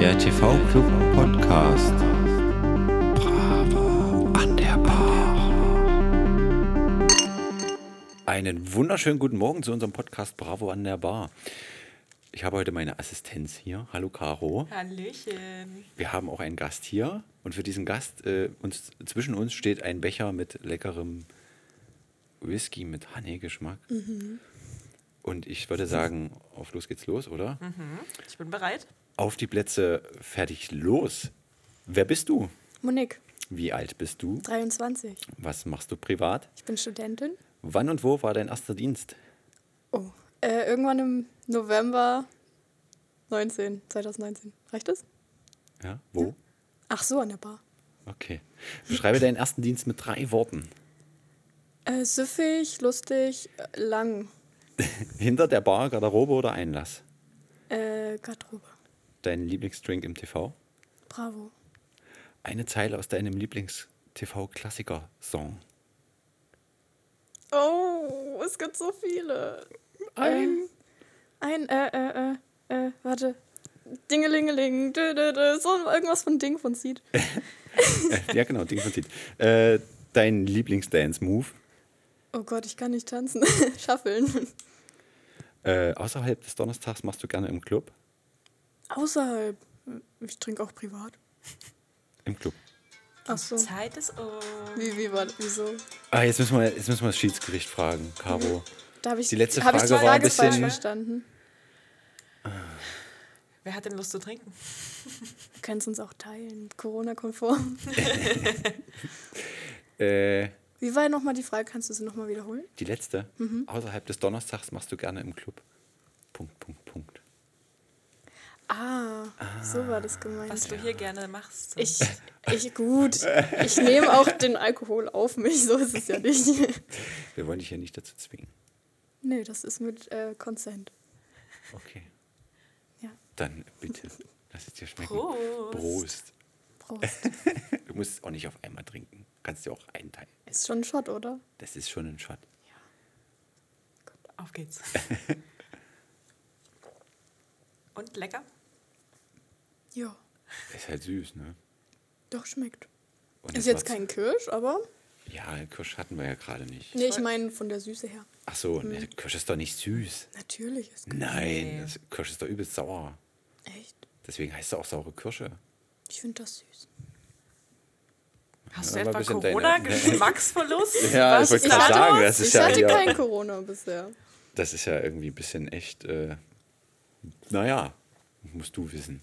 Der TV Club Podcast. Bravo an der Bar. Einen wunderschönen guten Morgen zu unserem Podcast Bravo an der Bar. Ich habe heute meine Assistenz hier. Hallo Caro. Hallöchen. Wir haben auch einen Gast hier und für diesen Gast äh, uns, zwischen uns steht ein Becher mit leckerem Whisky mit Honey-Geschmack. Und ich würde sagen, auf los geht's los, oder? Ich bin bereit. Auf die Plätze, fertig, los. Wer bist du? Monique, Wie alt bist du? 23. Was machst du privat? Ich bin Studentin. Wann und wo war dein erster Dienst? Oh, äh, irgendwann im November 19, 2019. Reicht das? Ja, wo? Ach so, an der Bar. Okay. Beschreibe deinen ersten Dienst mit drei Worten. Äh, süffig, lustig, äh, lang. Hinter der Bar, Garderobe oder Einlass? Äh, Garderobe. Dein Lieblingsdrink im TV? Bravo. Eine Zeile aus deinem Lieblings-TV-Klassiker-Song. Oh, es gibt so viele. Ähm, Ein. Ein, äh, äh, äh, äh, warte. Dingelingeling, dö, dö, dö, so irgendwas von Ding von Seed. ja, genau, Ding von Tiet. Äh, dein Lieblings-Dance-Move Oh Gott, ich kann nicht tanzen. Schaffeln. äh, außerhalb des Donnerstags machst du gerne im Club? Außerhalb. Ich trinke auch privat. Im Club. Ach so. Zeit ist um. Wie, wie war Wieso? Ah, jetzt müssen wir, jetzt müssen wir das Schiedsgericht fragen, Caro. Da habe ich Die letzte hab Frage ich die war ein Frage bisschen- falsch verstanden. Wer hat denn Lust zu trinken? Wir können es uns auch teilen, Corona-konform. Äh, Wie war nochmal die Frage? Kannst du sie nochmal wiederholen? die letzte. Mhm. Außerhalb des Donnerstags machst du gerne im Club. Punkt, Punkt, Punkt. Ah, so war das gemeint. Was du hier gerne machst. ich, ich, gut, ich nehme auch den Alkohol auf mich, so ist es ja nicht. Wir wollen dich ja nicht dazu zwingen. Nö, das ist mit äh, Consent. Okay. Ja, Dann bitte, lass es dir schmecken. Prost. Prost. Prost. Du musst es auch nicht auf einmal trinken. Kannst dir auch einteilen. Ist schon ein Shot, oder? Das ist schon ein Shot. Auf geht's. Und lecker? Ja, Ist halt süß, ne? doch schmeckt. Und Ist es jetzt war- kein Kirsch, aber. Ja, Kirsch hatten wir ja gerade nicht. Nee, ich meine von der Süße her. Ach so, Mhm. ne, Kirsch ist doch nicht süß. Natürlich ist Nein, Nee. das, Kirsch ist doch übelst sauer. Echt? Deswegen heißt es auch saure Kirsche. Ich finde das süß. Hast Ja, du aber etwa ein bisschen deine- Corona-Geschmacksverlust? Ja, ich Was wollte ist gerade da hatte sagen, was, das ist ich ja hatte eher- kein Corona bisher. Das ist ja irgendwie ein bisschen echt. Äh, naja, musst du wissen.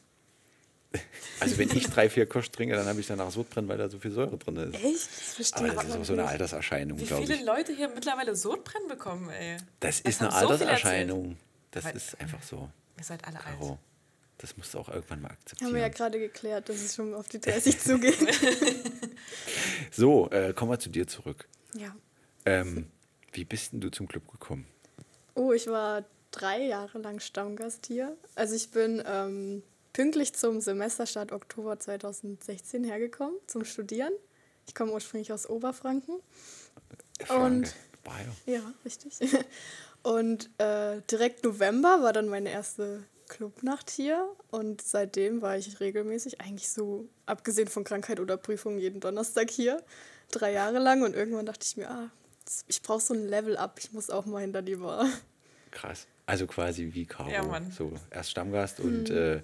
Also, wenn ich drei, vier Kirsch trinke, dann habe ich danach Sodbrennen, weil da so viel Säure drin ist. Echt? Das verstehe Aber ich das ist aber auch so eine nicht. Alterserscheinung, Wie glaube viele ich. Leute hier mittlerweile Sodbrennen bekommen, ey. Das Das ist eine haben so Halt. viele Alterserscheinung. Das Weil- ist einfach so. Ihr seid alle alt. Caro, das musst du auch irgendwann mal Haben wir ja akzeptieren. gerade geklärt, dass es schon auf die 30 zugeht. So, äh, kommen wir zu dir zurück. ja. Ähm, wie bist denn du zum Club gekommen? Oh, ich war drei Jahre lang Stammgast hier. Also ich bin ähm, pünktlich zum Semesterstart Oktober 2016 hergekommen zum Studieren. Ich komme ursprünglich aus Oberfranken. Und- Bayern. Ja, richtig. Und äh, direkt November war dann meine erste Clubnacht hier und seitdem war ich regelmäßig, eigentlich so abgesehen von Krankheit oder Prüfung, jeden Donnerstag hier, drei Jahre lang und irgendwann dachte ich mir, ah, das- ich brauche so ein Level-Up, ich muss auch mal hinter die Bar. Krass. Also quasi wie Caro. Ja, Mann. Mhm. So, erst Stammgast und äh,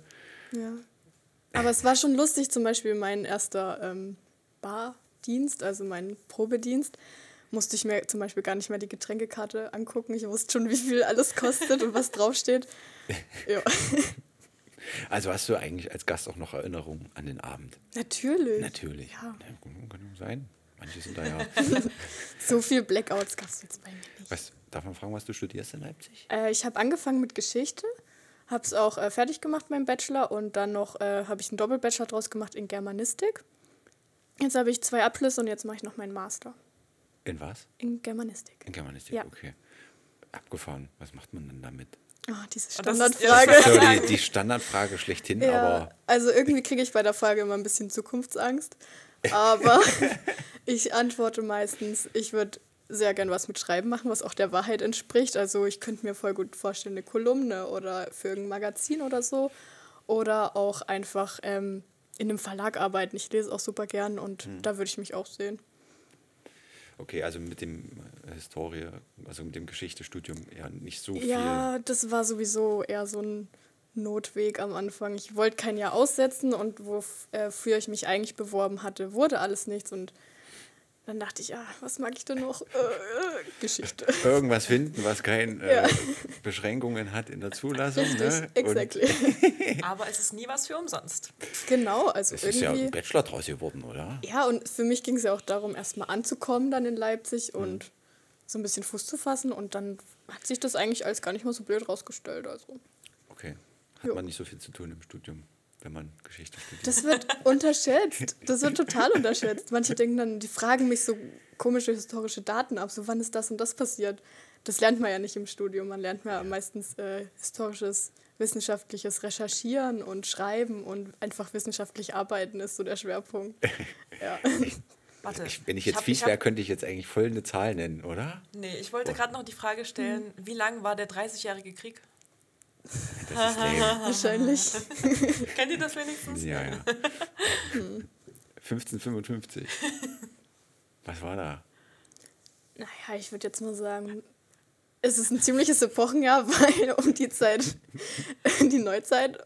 Ja. Aber es war schon lustig, zum Beispiel mein erster ähm, Bardienst, also mein Probedienst, musste ich mir zum Beispiel gar nicht mehr die Getränkekarte angucken. Ich wusste schon, wie viel alles kostet und was draufsteht. Ja, also hast du eigentlich als Gast auch noch Erinnerungen an den Abend? natürlich. Natürlich. Ja. Na, gut, Kann ja sein. Manche sind da ja. So viel Blackouts gab es jetzt bei mir nicht. Was, darf man fragen, was du studierst in Leipzig? Äh, ich habe angefangen mit Geschichte, habe es auch äh, fertig gemacht, meinen Bachelor, und dann noch äh, habe ich einen Doppelbachelor draus gemacht in Germanistik. Jetzt habe ich zwei Abschlüsse und jetzt mache ich noch meinen Master In was? in Germanistik. In Germanistik, Ja. okay. Abgefahren. Was macht man denn damit? Ah, diese Und das ist- ja, Standardfrage. das ist So, sagen. die, die Standardfrage schlechthin, genau. Ja, aber also irgendwie kriege ich bei der Frage immer ein bisschen Zukunftsangst. Aber ich antworte meistens, ich würde sehr gern was mit Schreiben machen, was auch der Wahrheit entspricht. Also ich könnte mir voll gut vorstellen, eine Kolumne oder für irgendein Magazin oder so. Oder auch einfach ähm, in einem Verlag arbeiten. Ich lese auch super gern und da würde ich mich auch sehen. Okay, also mit dem äh, Historie, also mit dem Geschichtestudium ja nicht so viel. Ja, das war sowieso eher so ein Notweg am Anfang. Ich wollte kein Jahr aussetzen und äh, wofür ich mich eigentlich beworben hatte, wurde alles nichts. Und dann dachte ich, ah, was mag ich denn noch? Äh, äh, Geschichte. Irgendwas finden, was keine äh, Beschränkungen hat in der Zulassung. ne? Und Exactly. Aber es ist nie was für umsonst. Genau, also Es ist ja irgendwie. ein Bachelor draus geworden, oder? Ja, und für mich ging es ja auch darum, erstmal anzukommen dann in Leipzig Mhm. und so ein bisschen Fuß zu fassen. Und dann hat sich das eigentlich alles gar nicht mal so blöd rausgestellt. Also. Okay. Hat Jo. man nicht so viel zu tun im Studium, wenn man Geschichte studiert. Das wird unterschätzt. Das wird total unterschätzt. Manche denken dann, die fragen mich so komische historische Daten ab, so wann ist das und das passiert. Das lernt man ja nicht im Studium. Man lernt ja meistens äh, historisches, wissenschaftliches Recherchieren und Schreiben und einfach wissenschaftlich arbeiten ist so der Schwerpunkt. Ja. Warte. Ich, wenn ich jetzt hab- fies Oh. hab- wäre, könnte ich jetzt eigentlich voll eine Zahl nennen, oder? Nee, ich wollte gerade noch die Frage stellen, wie lang war der 30-jährige Krieg? Das ist lame. Wahrscheinlich. Kennt ihr das wenigstens? ja, ja. 1555. Was war da? Naja, ich würde jetzt mal sagen, es ist ein ziemliches Epochenjahr, weil um die Zeit die Neuzeit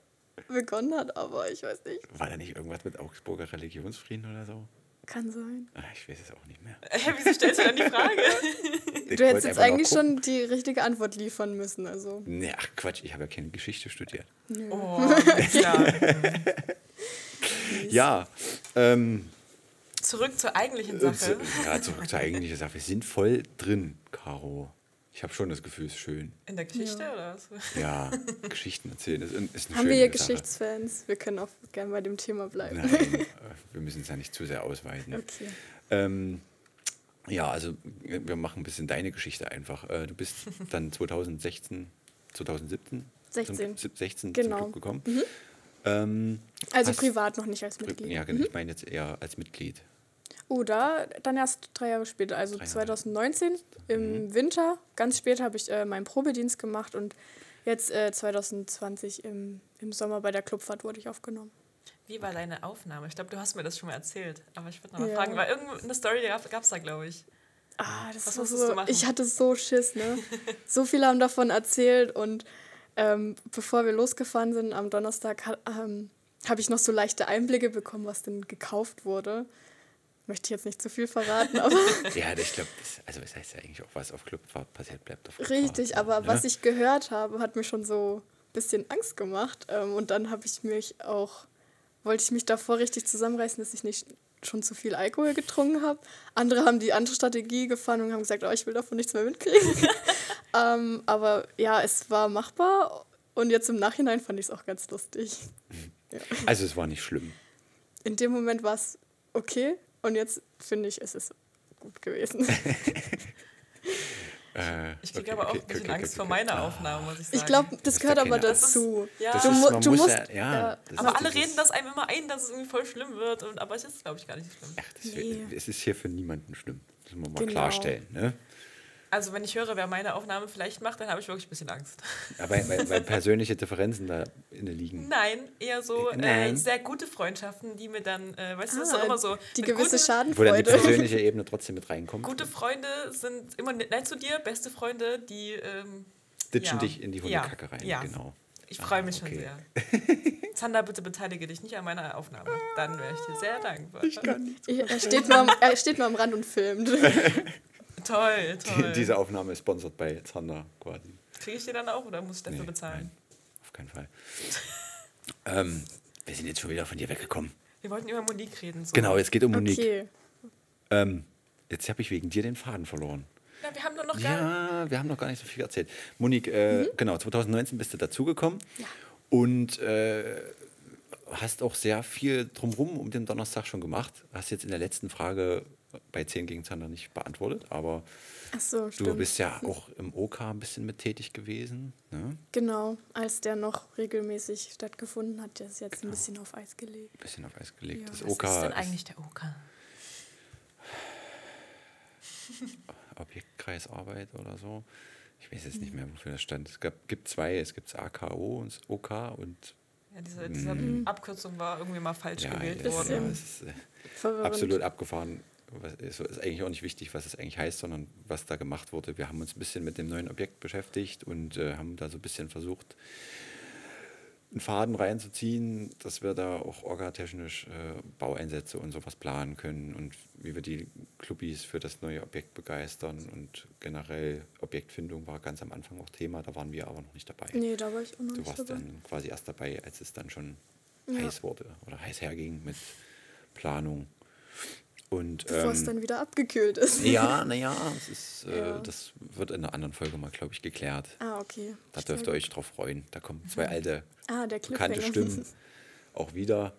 begonnen hat, aber ich weiß nicht. War da nicht irgendwas mit Augsburger Religionsfrieden oder so? Kann sein. Ah, ich weiß es auch nicht mehr. Hä, wieso stellst du dann die Frage? Ich Du hättest wollte jetzt einfach noch eigentlich gucken. schon die richtige Antwort liefern müssen, also. Nee, ach Quatsch, ich habe ja keine Geschichte studiert. Oh, klar. Ja, ähm, Zurück zur eigentlichen zu, Sache. ja, zurück zur eigentlichen Sache. Wir sind voll drin, Caro. Ich habe schon das Gefühl, es ist schön. In der Geschichte oder was? Ja, Geschichten erzählen ist, ist eine Haben schöne wir hier Sache. Geschichtsfans? Wir können auch gerne bei dem Thema bleiben. Nein, äh, wir müssen es ja nicht zu sehr ausweiten. Okay. Ähm, ja, also äh, wir machen ein bisschen deine Geschichte einfach. Äh, du bist dann 2016, 2017? 16. Zum, 16 Genau. zum Club gekommen. Ähm, Also Mhm. hast- privat noch nicht als pri- Mitglied. Ja, genau. Ich meine jetzt eher als Mitglied. Oder dann erst drei Jahre später, also Drei Jahre. Mhm. 2019 im Winter. Ganz spät habe ich äh, meinen Probedienst gemacht und jetzt äh, 2020 im, im Sommer bei der Clubfahrt wurde ich aufgenommen. Wie war deine Aufnahme? Ich glaube, du hast mir das schon mal erzählt. Aber ich würde nochmal Ja. fragen, weil irgendeine Story gab es da, glaube ich. Ah, das Was war musstest so, du machen? ich hatte so Schiss, ne? so viele haben davon erzählt und ähm, bevor wir losgefahren sind am Donnerstag, ha- ähm, habe ich noch so leichte Einblicke bekommen, was denn gekauft wurde. Möchte ich jetzt nicht zu viel verraten, aber Ja, ich glaube, das, also das heißt ja eigentlich auch, was auf Clubfahrt passiert, bleibt auf Clubfahrt. Ne? Richtig, aber was ich gehört habe, hat mir schon so ein bisschen Angst gemacht. Ähm, und dann habe ich mich auch, wollte ich mich davor richtig zusammenreißen, dass ich nicht schon zu viel Alkohol getrunken habe. Andere haben die andere Strategie gefahren und haben gesagt, oh, ich will davon nichts mehr mitkriegen. ähm, aber ja, es war machbar und jetzt im Nachhinein fand ich es auch ganz lustig. Also es war nicht schlimm. In dem Moment war es okay und jetzt finde ich, es ist gut gewesen. Äh, Ich kriege okay, aber auch okay, ein bisschen okay, Angst okay, vor okay. Ah. meiner Aufnahme, muss ich sagen. Ich glaube, das ist gehört ja aber keine- das ist- dazu. Ja. Das Du, ist, mu- man du muss musst, ja, ja, das aber ist- alle das reden ist- das einem immer ein, dass es irgendwie voll schlimm wird. Und, aber es ist, glaube ich, gar nicht so schlimm. Ach, das wird- Nee. Es ist hier für niemanden schlimm. Das muss man mal Genau. klarstellen. Ne? Also, wenn ich höre, wer meine Aufnahme vielleicht macht, dann habe ich wirklich ein bisschen Angst. Aber weil, weil persönliche Differenzen da inne liegen. Nein, eher so Äh, Nein. sehr gute Freundschaften, die mir dann, äh, weißt du, das ist Ah, doch immer so. die mit gewisse guten, Wo dann die Schadenfreude. persönliche Ebene trotzdem mit reinkommt. Gute Freunde sind immer nett zu dir, beste Freunde, die. Ähm, Ditchen ja. dich in die Hundekacke rein. Ja. Genau. Ich freue mich okay. schon sehr. Zander, bitte beteilige dich nicht an meiner Aufnahme. Dann wäre ich dir sehr dankbar. Ich- Er steht, nur am, er steht nur am Rand und filmt. Toll, toll. Die, diese Aufnahme ist sponsert bei Zander quasi. Kriege ich die dann auch oder muss ich dafür Nee, bezahlen? Nein, auf keinen Fall. ähm, wir sind jetzt schon wieder von dir weggekommen. Wir wollten über Monique reden. So. Genau, jetzt geht um Monique. Okay. Ähm, jetzt habe ich wegen dir den Faden verloren. Na, wir haben doch noch gar Ja, wir haben noch gar nicht so viel erzählt. Monique, äh, genau, 2019 bist du dazugekommen und äh, hast auch sehr viel drumherum um den Donnerstag schon gemacht. Hast jetzt in der letzten Frage bei 10 gegen Zander nicht beantwortet, aber Ach so, du stimmt. bist ja auch im OK ein bisschen mit tätig gewesen. Ne? genau, als der noch regelmäßig stattgefunden hat, der ist jetzt ein bisschen auf Eis gelegt. Ein bisschen auf Eis gelegt. Ja, das was OK Was ist denn ist eigentlich der Oka? Objektkreisarbeit oder so. Ich weiß jetzt nicht mehr, wofür das stand. Es gab, gibt zwei, es gibt das AKO und das OK und Ja, diese, diese Abkürzung war irgendwie mal falsch Hm. Ja, gewählt ja, ja, worden. Bisschen. es ist äh, Verwirrend. absolut abgefahren. Was- Es ist eigentlich auch nicht wichtig, was es eigentlich heißt, sondern was da gemacht wurde. Wir haben uns ein bisschen mit dem neuen Objekt beschäftigt und äh, haben da so ein bisschen versucht, einen Faden reinzuziehen, dass wir da auch orgatechnisch äh, Baueinsätze und sowas planen können und wie wir die Clubbies für das neue Objekt begeistern und generell Objektfindung war ganz am Anfang auch Thema, da waren wir aber noch nicht dabei. Nee, da war ich auch noch Du nicht warst dabei. dann quasi erst dabei, als es dann schon Ja. heiß wurde oder heiß herging mit Planung. Und Bevor es ähm, dann wieder abgekühlt ist. ja, naja, es ist, äh, Ja. das wird in einer anderen Folge mal, glaube ich, geklärt. Ah, okay. Da Stimmt. dürft ihr euch drauf freuen. Da kommen zwei alte, Ah, der bekannte Cliffhanger. Stimmen auch wieder.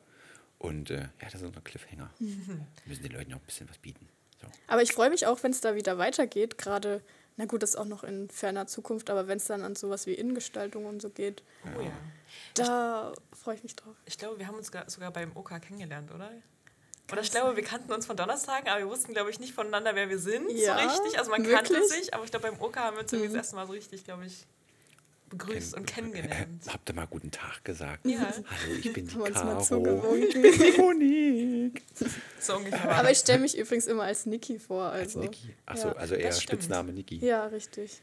Und äh, ja, das ist unser Cliffhanger. Wir müssen den Leuten noch ein bisschen was bieten. So. Aber ich freue mich auch, wenn es da wieder weitergeht. Gerade, na gut, das ist auch noch in ferner Zukunft, aber wenn es dann an sowas wie Innengestaltung und so geht, Oh ja. da freue ich mich drauf. Ich glaube, wir haben uns ga- sogar beim OK kennengelernt, oder? Oder ich glaube, wir kannten uns von Donnerstagen, aber wir wussten, glaube ich, nicht voneinander, wer wir sind Ja, so richtig. Also man kannte wirklich? Mhm. sich, aber ich glaube, beim OK haben wir uns irgendwie das erste Mal so richtig, glaube ich, begrüßt und kennengelernt. Äh, habt ihr mal guten Tag gesagt? Ja. Hallo, ich bin die Haben wir uns mal Caro. zugewunken. Die Monique. So ungefähr. war aber ich das. stelle mich übrigens immer als Niki vor. Als Also. Niki. Achso, Ja. also eher Das stimmt. Spitzname Niki. Ja, richtig.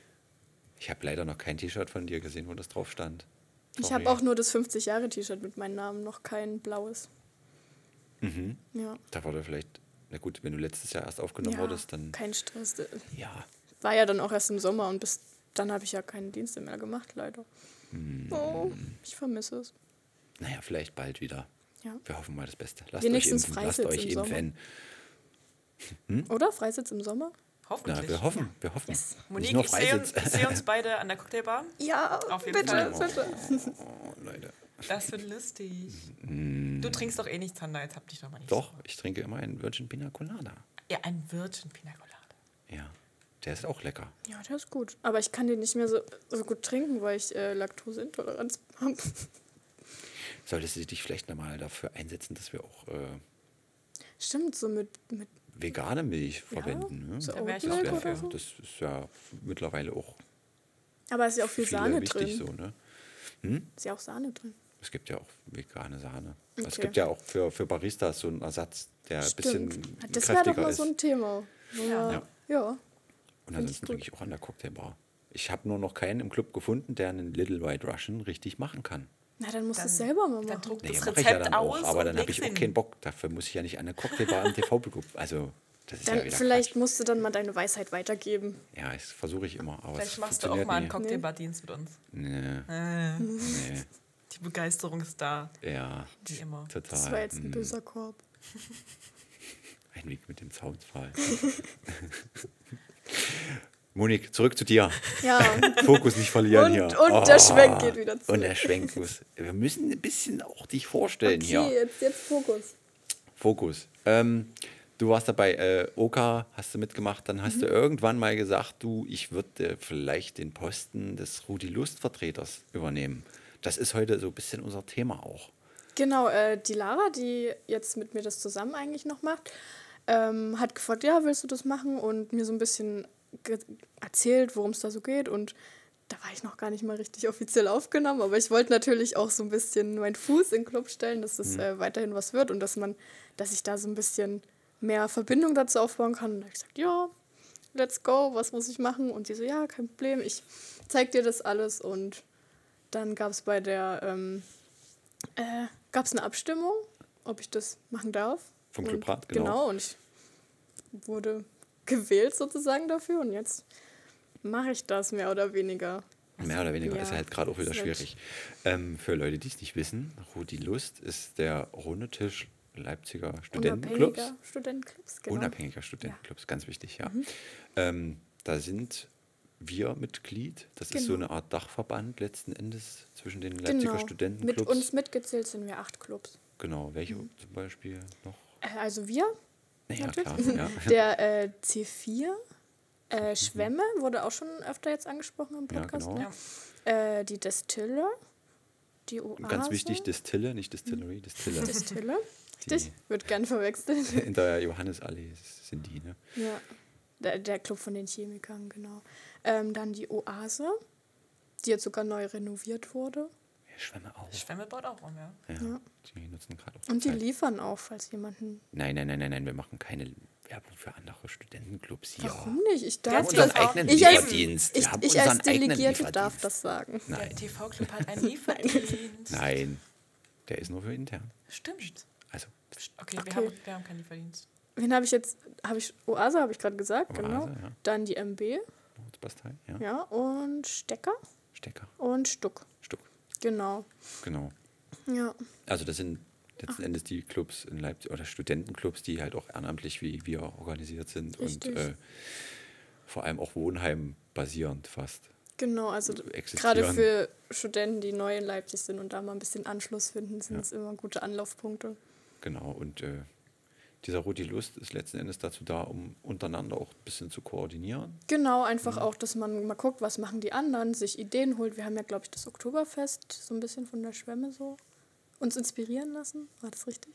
Ich habe leider noch kein T-Shirt von dir gesehen, wo das drauf stand. Ich Sorry. habe auch nur das 50-Jahre-T-Shirt mit meinem Namen, noch kein blaues. Mhm. Ja. Da wurde vielleicht. Na gut, wenn du letztes Jahr erst aufgenommen ja, wurdest, dann. Kein Stress. Ja. War ja dann auch erst im Sommer und bis dann habe ich ja keine Dienste mehr gemacht, leider. Mhm. Oh, ich vermisse es. Naja, vielleicht bald wieder. Ja. Wir hoffen mal das Beste. Lasst Wenigstens euch impfen. Lasst Freisitz euch im impfen. Hm? Oder? Freisitz im Sommer? Hoffentlich. Na, wir hoffen. Wir hoffen. Yes. Nicht Monique, nur ich sehe uns, Freisitz. ich sehe uns beide an der Cocktailbar. Ja, Auf jeden bitte, Fall. bitte. Oh, Leute. Das wird lustig. Du trinkst doch eh nichts, Tanda, jetzt hab dich doch mal nicht. Mm. Doch, so. ich trinke immer einen Virgin Pina Colada. Ja, ein Virgin Pina Colada. Ja. Der ist auch lecker. Ja, der ist gut. Aber ich kann den nicht mehr so, so gut trinken, weil ich äh, Laktoseintoleranz habe. Solltest du dich vielleicht nochmal dafür einsetzen, dass wir auch äh, Stimmt, so mit, mit vegane Milch verwenden. Ne? so Da wär ich das, auch Oatmilk wär oder für, so. das ist ja mittlerweile auch Aber ist ja auch viel viele Sahne wichtig drin. so, ne? Ist ja auch Sahne drin. Es gibt ja auch vegane Sahne. Also Es Okay. gibt ja auch für, für Baristas so einen Ersatz, der ein äh, bisschen Stimmt. Ah, Das wäre doch kräftiger mal ist. so ein Thema. Ja. Ja. Ja. Und ansonsten gut. trinke ich auch an der Cocktailbar. Ich habe nur noch keinen im Club gefunden, der einen Little White Russian richtig machen kann. Na, dann musst du es selber mal Dann machen. druck das mach Rezept aus. aber und dann habe leg's ich auch hin. keinen Bock. Dafür muss ich ja nicht an eine Cocktailbar im TV begucken. Also, das ist ja Dann wieder vielleicht musst du dann mal deine Weisheit weitergeben. Quatsch. Ja, das versuche ich immer. Aber es Vielleicht machst du auch funktioniert mal einen nie. Cocktailbardienst mit uns. Nee, Die Begeisterung ist da, nee, ja, wie immer. Das war total. jetzt ein böser Korb. Ein Weg mit dem Zaunfall. Monik, zurück zu dir. Ja, Fokus nicht verlieren Und- hier. Oh. und der Schwenk geht wieder zurück. Und der Schwenkfuß. Wir müssen ein bisschen auch dich vorstellen okay, hier. jetzt, jetzt Fokus. Fokus. Ähm, du warst dabei, äh, Oka hast du mitgemacht, dann hast du Mhm. irgendwann mal gesagt, du, ich würde äh, vielleicht den Posten des Rudi Lust Vertreters übernehmen. Das ist heute so ein bisschen unser Thema auch. Genau, äh, die Lara, die jetzt mit mir das zusammen eigentlich noch macht, ähm, hat gefragt, ja, willst du das machen? Und mir so ein bisschen ge- erzählt, worum es da so geht. Und da war ich noch gar nicht mal richtig offiziell aufgenommen, aber ich wollte natürlich auch so ein bisschen meinen Fuß in den Club stellen, dass das äh, weiterhin was wird und dass man, dass ich da so ein bisschen mehr Verbindung dazu aufbauen kann. Und da habe ich gesagt, ja, let's go, was muss ich machen? Und sie so, ja, kein Problem, ich zeig dir das alles. Und dann gab es bei der ähm, äh, gab es eine Abstimmung, ob ich das machen darf. Vom Und- Clubrat, genau. genau. Genau, und ich wurde gewählt sozusagen dafür und jetzt mache ich das mehr oder weniger. Mehr oder weniger ja, ist halt gerade auch wieder ist halt- schwierig. Ähm, für Leute, die es nicht wissen, Rudi Lust ist der runde Tisch Leipziger Studentenclubs. Unabhängiger Studentenclubs, genau. Mhm. Unabhängiger Studentenclubs, ganz wichtig, ja. Ähm, da sind wir Mitglied. Das ist so Genau. eine Art Dachverband letzten Endes zwischen den Leipziger Studentenclubs. Mit uns Mhm. mitgezählt sind wir acht Clubs. Genau, welche zum Beispiel noch? Äh, also wir, Naja, Natürlich. klar. Ja. Mhm. der äh, C4, äh, Schwemme wurde auch schon öfter jetzt angesprochen im Ja, Podcast. genau. ne? äh, die Distiller, die Oase. Und ganz wichtig, Distille, nicht Mhm. Distillery, Distille. Distiller, Die- richtig? Wird gern verwechselt. In der Johannesallee sind die, ne? Ja, der, der Club von den Chemikern, genau. Ähm, dann die Oase, die jetzt sogar neu renoviert wurde. Ja, Schwämme auch. Schwämme baut auch rum, ja. Ja, Ja. Die nutzen gerade auch Und die Zeit. liefern auch, falls jemanden. Nein, nein, nein, nein, nein, wir machen keine Werbung für andere Studentenclubs hier. Warum nicht? Ich Wir haben darf Kannst du unseren das. das auch- eigenen Ich als- Lieferdienst. Ich, wir haben ich als unseren eigenen Delegierte darf Lieferdienst. das sagen. Der Nein, TV-Club hat einen Lieferdienst. nein, der ist nur für intern. Stimmt. Also, Okay, Okay. Wir, haben, wir haben keinen Lieferdienst. Wen habe ich jetzt? Habe ich Oase, habe ich gerade gesagt, Oase, genau. ja. Dann die MB, Bastei, ja. ja, und Stecker Stecker, und Stuck. Stuck, Genau. genau. Ja. Also das sind Ah. letzten Endes die Clubs in Leipzig oder Studentenclubs, die halt auch ehrenamtlich wie wir organisiert sind Richtig. und äh, vor allem auch Wohnheim basierend fast. Genau, also existieren. gerade für Studenten, die neu in Leipzig sind und da mal ein bisschen Anschluss finden, sind Ja. es immer gute Anlaufpunkte. Genau, und äh, dieser Rudi Lust ist letzten Endes dazu da, um untereinander auch ein bisschen zu koordinieren. Genau, einfach Mhm. auch, dass man mal guckt, was machen die anderen, sich Ideen holt. Wir haben ja, glaube ich, das Oktoberfest so ein bisschen von der Schwemme so uns inspirieren lassen. War das richtig?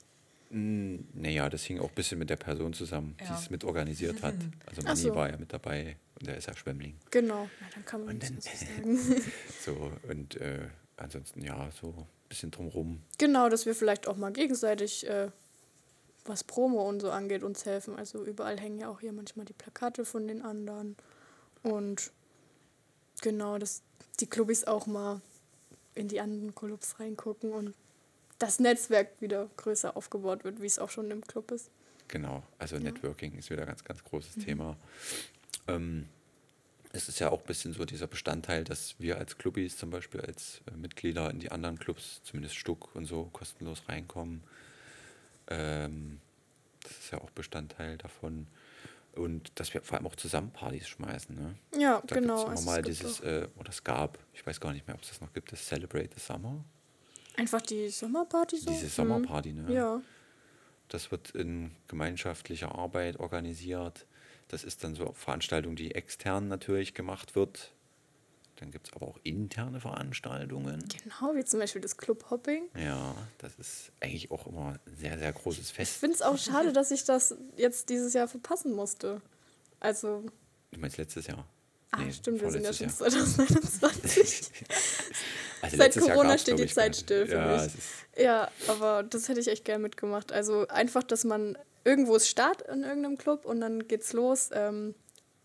Mm, Naja, das hing auch ein bisschen mit der Person zusammen, die Ja. es mit organisiert hat. Also Ach Manni so. war ja mit dabei und er ist ja Schwemmling. Genau. Ja, dann kann man Und dann- nicht so sagen. So, und äh, ansonsten ja, so ein bisschen drumrum. genau, dass wir vielleicht auch mal gegenseitig, äh, was Promo und so angeht, uns helfen. Also überall hängen ja auch hier manchmal die Plakate von den anderen. Und genau, dass die Clubis auch mal in die anderen Clubs reingucken und das Netzwerk wieder größer aufgebaut wird, wie es auch schon im Club ist. Genau, also Networking ist wieder ein ganz, ganz großes Mhm. Thema. Ähm, es ist ja auch ein bisschen so dieser Bestandteil, dass wir als Clubbies zum Beispiel als äh, Mitglieder in die anderen Clubs, zumindest Stuck und so, kostenlos reinkommen. Ähm, das ist ja auch Bestandteil davon. Und dass wir vor allem auch zusammen Partys schmeißen. Ne? Ja, Da genau. gibt's also immer mal es gibt dieses, auch äh, oder es gab, ich weiß gar nicht mehr, ob es das noch gibt, das Celebrate the Summer. einfach die Sommerparty so. Diese Hm. Sommerparty, ne? Ja. Das wird in gemeinschaftlicher Arbeit organisiert. Das ist dann so Veranstaltung, die extern natürlich gemacht wird. Dann gibt es aber auch interne Veranstaltungen. Genau, wie zum Beispiel das Clubhopping. Ja, das ist eigentlich auch immer ein sehr, sehr großes Ich Fest. finde es auch schade, dass ich das jetzt dieses Jahr verpassen musste. Also, Du meinst letztes Jahr? ah, Nee, stimmt, wir sind ja schon vorletztes 2021. Also Seit letztes Jahr Corona gab's, steht die glaub ich, gar Zeit nicht. still für ja, mich. Es ist, ja, aber das hätte ich echt gern mitgemacht. Also einfach, dass man irgendwo es start in irgendeinem Club und dann geht's los. Ähm,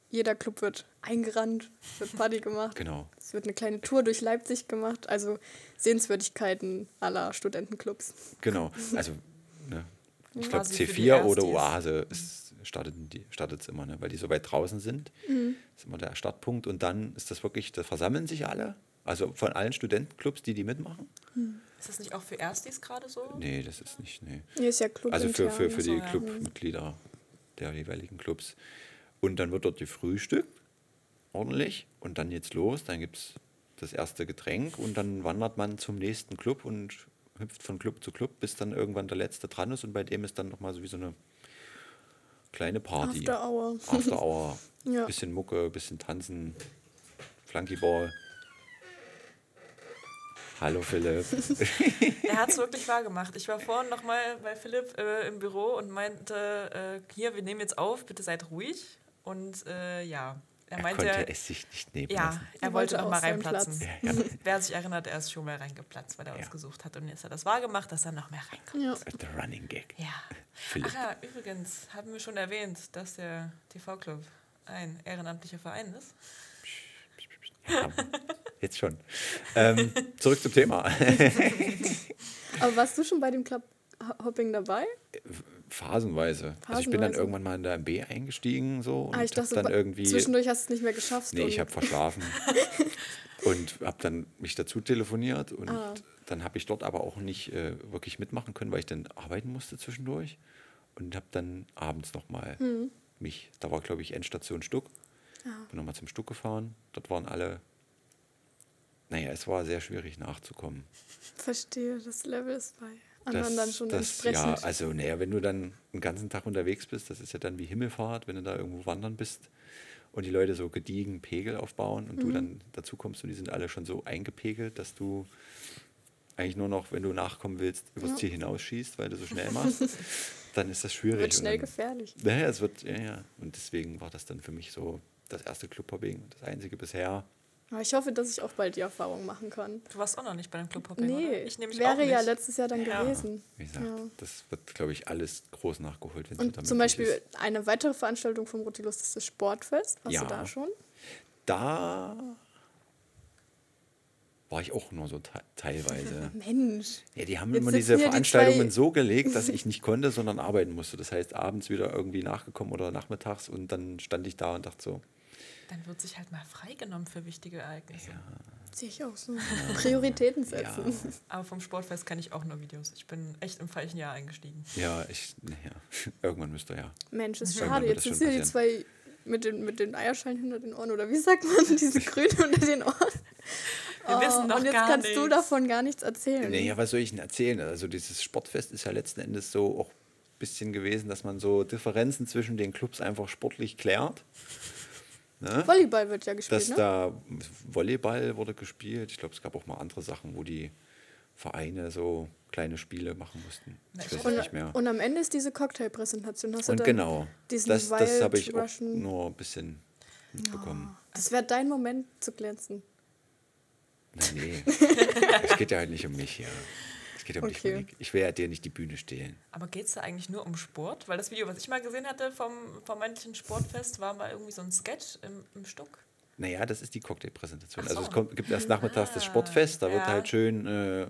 jeder Club wird eingerannt, wird Party gemacht. genau. Es wird eine kleine Tour durch Leipzig gemacht. Also Sehenswürdigkeiten aller Studentenclubs. Genau. Also, ne? ich glaube, Quasi für die C4 oder Erstis. Oase ist, startet es immer, ne? weil die so weit draußen sind. Mhm. Das ist immer der Startpunkt. Und dann ist das wirklich, da versammeln sich alle. Also von allen Studentenclubs, die die mitmachen. Oh. Ist das nicht auch für Erstis gerade so? Nee, das ist nicht, nee. Hier ist ja Club Also für, für, intern. für die so, ja. Clubmitglieder der jeweiligen Clubs. Und dann wird dort gefrühstückt, ordentlich. Und dann geht's los, dann gibt es das erste Getränk und dann wandert man zum nächsten Club und hüpft von Club zu Club, bis dann irgendwann der letzte dran ist. Und bei dem ist dann nochmal so wie so eine kleine Party. After Hour. After Hour. Ja. Bisschen Mucke, bisschen Tanzen, Flunkyball. Hallo Philipp. Er hat es wirklich wahr gemacht. Ich war vorhin nochmal bei Philipp äh, im Büro und meinte, äh, hier, wir nehmen jetzt auf, bitte seid ruhig. Und äh, ja, er, Er meinte, konnte es sich nicht nehmen ja, lassen. er wollte Er wollte noch auch mal seinen reinplatzen. Platz. Ja, Wer sich erinnert, er ist schon mal reingeplatzt, weil er Ja. uns gesucht hat. Und jetzt hat er es wahr gemacht, dass er noch mehr reinkommt. Ja. The Running Gag. Ja. Philipp. Ach ja, übrigens, haben wir schon erwähnt, dass der TV-Club ein ehrenamtlicher Verein ist. Ja, jetzt schon. Ähm, zurück zum Thema. Aber warst du schon bei dem Clubhopping dabei? Phasenweise. Also ich bin dann Phasenweise. irgendwann mal in der MB eingestiegen so und Ah, ich hab dachte, dann ba- irgendwie zwischendurch hast du es nicht mehr geschafft. Nee, und- ich habe verschlafen und habe dann mich dazu telefoniert und Ah. dann habe ich dort aber auch nicht äh, wirklich mitmachen können, weil ich dann arbeiten musste zwischendurch und habe dann abends nochmal Hm. mal mich, da war glaube ich Endstation Stuck, Ah. bin nochmal zum Stuck gefahren, dort waren alle, naja, es war sehr schwierig nachzukommen. verstehe, das Level ist bei anderen dann schon das, ja, entsprechend. also naja, wenn du dann einen ganzen Tag unterwegs bist, das ist ja dann wie Himmelfahrt, wenn du da irgendwo wandern bist und die Leute so gediegen Pegel aufbauen und Mhm. du dann dazu kommst und die sind alle schon so eingepegelt, dass du eigentlich nur noch, wenn du nachkommen willst, übers Ziel hinausschießt, weil du so schnell machst, dann ist das schwierig. Wird und schnell dann, gefährlich. Naja, es wird, ja, ja. Und deswegen war das dann für mich so das erste Clubhopping, das einzige bisher. Aber ich hoffe, dass ich auch bald die Erfahrung machen kann. Du warst auch noch nicht bei dem Clubhopping, Nee, oder? Ich nehme mich auch wäre nicht. ja letztes Jahr dann Ja. gewesen. Wie gesagt, Mhm. Ja. das wird, glaube ich, alles groß nachgeholt, wenn es wieder Und zum möglich Beispiel ist. eine weitere Veranstaltung vom Rotilus ist das Sportfest. Warst Ja. du da schon? Da war ich auch nur so te teilweise. Mensch. Ja, die haben Jetzt immer sitzen diese hier die Veranstaltungen zwei- so gelegt, dass ich nicht konnte, sondern arbeiten musste. Das heißt, abends wieder irgendwie nachgekommen oder nachmittags und dann stand ich da und dachte so, Dann wird sich halt mal freigenommen für wichtige Ereignisse. Sehe ich auch so. Prioritäten ja, setzen. Aber vom Sportfest kenne ich auch nur Videos. Ich bin echt im falschen Jahr eingestiegen. ja, ich, naja, irgendwann müsste ja. Mensch, ist Irgendwann schade. wird Jetzt das sind schon hier die zwei mit den, mit den Eierschalen hinter den Ohren. Oder wie sagt man, diese Grüne unter den Ohren? Wir wissen doch Oh, Und jetzt gar kannst du nichts. davon gar nichts erzählen. Naja, was soll ich denn erzählen? Also dieses Sportfest ist ja letzten Endes so auch ein bisschen gewesen, dass man so Differenzen zwischen den Clubs einfach sportlich klärt. Ne? Volleyball wird ja gespielt, dass ne? da Volleyball wurde gespielt. Ich glaube, es gab auch mal andere Sachen, wo die Vereine so kleine Spiele machen mussten. Na, Ich ich weiß hab- es nicht und, mehr. und am Ende ist diese Cocktailpräsentation. Hast du Und dann genau, diesen das, das habe ich Wild auch Russian- nur ein bisschen mitbekommen. Das wäre dein Moment zu glänzen. Nein, nee, es geht ja halt nicht um mich hier. Es geht ja um dich, Okay. Monique. Ich will ja dir nicht die Bühne stehlen. Aber geht es da eigentlich nur um Sport? Weil das Video, was ich mal gesehen hatte vom vermeintlichen Sportfest, war mal irgendwie so ein Sketch im, im Stuck. Naja, das ist die Cocktailpräsentation. Ach Also so. es kommt, gibt erst nachmittags Ah, das Sportfest, da wird ja. halt schön äh,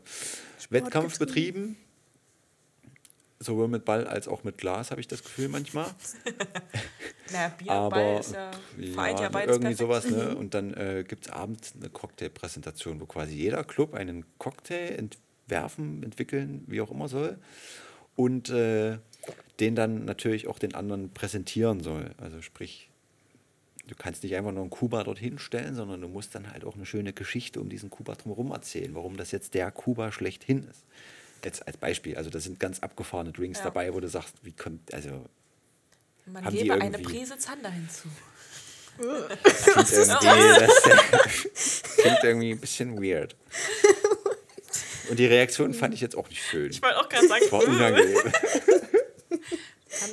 Wettkampf betrieben. Sowohl mit Ball als auch mit Glas, habe ich das Gefühl manchmal. Naja, Bier und Ball Aber ist ja, pff, vereint ja ja, beides irgendwie perfekt. sowas. Ne? Und dann äh, gibt es abends eine Cocktailpräsentation, wo quasi jeder Club einen Cocktail entwerfen, entwickeln, wie auch immer soll. Und äh, den dann natürlich auch den anderen präsentieren soll. Also sprich, du kannst nicht einfach nur einen Kuba dorthin stellen, sondern du musst dann halt auch eine schöne Geschichte um diesen Kuba drumherum erzählen, warum das jetzt der Kuba schlechthin ist. Jetzt als Beispiel, also da sind ganz abgefahrene Drinks Ja. dabei, wo du sagst, wie kommt, also Man haben die gebe eine irgendwie- Prise Zander hinzu. Klingt irgendwie, das klingt irgendwie ein bisschen weird. Und die Reaktion fand ich jetzt auch nicht schön. Ich wollte auch gerade sagen, Es war unangenehm. Zander, Ich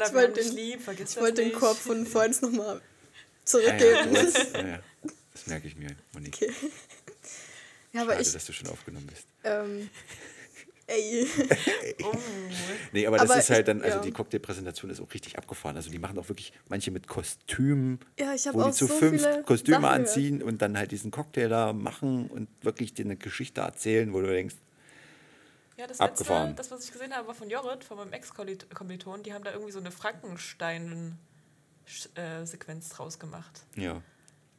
wir haben wollte dich den- lieb, vergiss Ich das wollte den nicht. Korb von vorhin nochmal Ah ja, zurückgeben. du hast- ah ja, das merke ich mir, Monique. Okay. Ja, aber Schade, ich. dass du schon aufgenommen bist. Ähm, ey. Nee, aber das Aber ist halt dann, ich- also ja. die Cocktailpräsentation ist auch richtig abgefahren. Also die machen auch wirklich manche mit Kostümen, Ja, ich hab wo auch die zu so fünf viele Kostüme Sachen gehört. anziehen und dann halt diesen Cocktail da machen und wirklich dir eine Geschichte erzählen, wo du denkst, Ja, das Abgefahren. letzte, das, was ich gesehen habe, war von Jorrit, von meinem Ex-Kommilitonen. Die haben da irgendwie so eine Frankenstein-Sequenz draus gemacht. ja,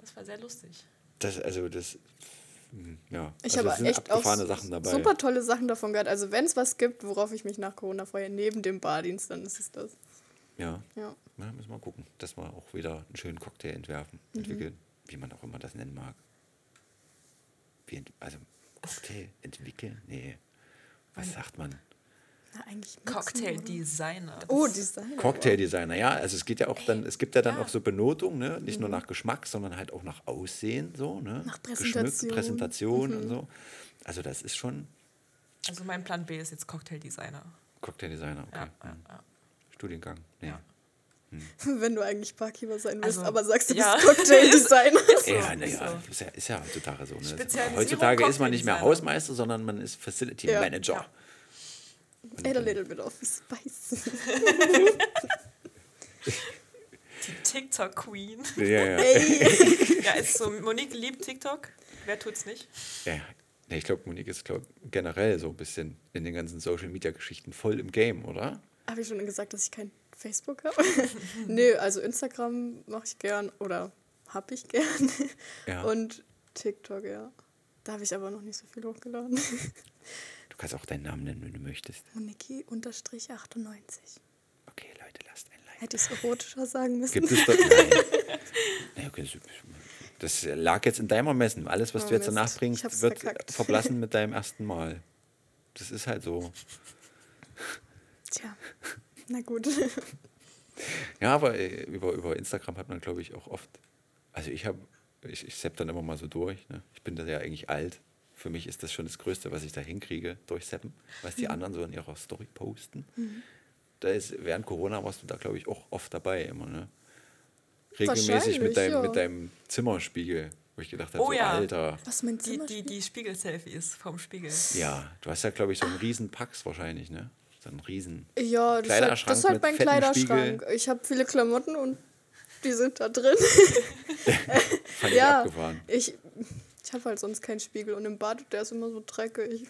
Das war sehr lustig. das, also das, hm, ja. Ich also es habe sind echt auch abgefahrene s- Sachen dabei. super tolle Sachen davon gehört. Also wenn es was gibt, worauf ich mich nach Corona freue, neben dem Bardienst, dann ist es das. Ja. Ja. Na, müssen wir mal gucken, dass wir auch wieder einen schönen Cocktail entwerfen, Mhm. entwickeln, wie man auch immer das nennen mag. Wie ent also Cocktail entwickeln? Nee. Was sagt man? Na, eigentlich mixen, oder? Cocktail-Designer. Das- Oh, Design. Cocktaildesigner, ja. Also es geht ja auch dann, es gibt ja dann ja. Mhm. auch so Benotungen, ne? Nicht nur nach Geschmack, sondondern halt auch nach Aussehen, so, ne? Nach Geschmückt, Präsentation. Präsentation Mhm. und so. Also das ist schon Also mein Plan B ist jetzt Cocktail-Designer. Cocktaildesigner, Ja, okay. ja, Hm. ja. Studiengang. Nee. Ja. Wenn du eigentlich Barkeeper sein willst, Also, aber sagst du ja. bist Cocktaildesigner. Ja, So, naja, so. ist ja, ist ja heutzutage so. Ne? Spezialisierung Heutzutage ist man nicht mehr Cocktaildesigner. Hausmeister, sondern man ist Facility Ja. Manager. Ja. Add a little bit of spice. Die TikTok-Queen. Ja, ja. Ey. ja, ist so. Monique liebt TikTok. Wer tut's nicht? ja. Nee, ich glaube, Monique ist glaub, generell so ein bisschen in den ganzen Social-Media-Geschichten voll im Game, oder? Habe ich schon gesagt, dass ich kein Facebook habe? Nö, also Instagram mache ich gern oder habe ich gern. Ja. Und TikTok, ja. Da habe ich aber noch nicht so viel hochgeladen. Du kannst auch deinen Namen nennen, wenn du möchtest. Moniki unterstrich 98. Okay, Leute, lasst ein Like. Hätte ich es erotischer sagen müssen. Gibt es da? Nein. Naja, okay, das- das lag jetzt in deinem Ermessen. Alles, was Oh, du jetzt Mist. danach Ich bringst, hab's wird verkackt. verblassen mit deinem ersten Mal. Das ist halt so. Tja, na gut. Ja, aber äh, über, über Instagram hat man, glaube ich, auch oft. Also ich habe, ich, ich sepp dann immer mal so durch. Ne? Ich bin da ja eigentlich alt. Für mich ist das schon das Größte, was ich da hinkriege, durchseppen, was die anderen so in ihrer Story posten. Da ist, während Corona warst du da, glaube ich, auch oft dabei immer, ne? Regelmäßig Wahrscheinlich, mit deinem, ja. mit deinem Zimmerspiegel Wo ich gedacht habe, Oh so, ja. Alter. Was mein Die, Zimmer die, die Spiegel-Selfies vom Spiegel. Ja, du hast ja, glaube ich, so einen riesen Packs wahrscheinlich, ne? So einen riesen. Ja, das ist halt, das Kleiderschrank ist halt mit mein fettem Kleiderschrank. Ich habe viele Klamotten und die sind da drin. Fand ja, ich abgefahren. ich, ich habe halt sonst keinen Spiegel und im Bad, der ist immer so dreckig. Könnte man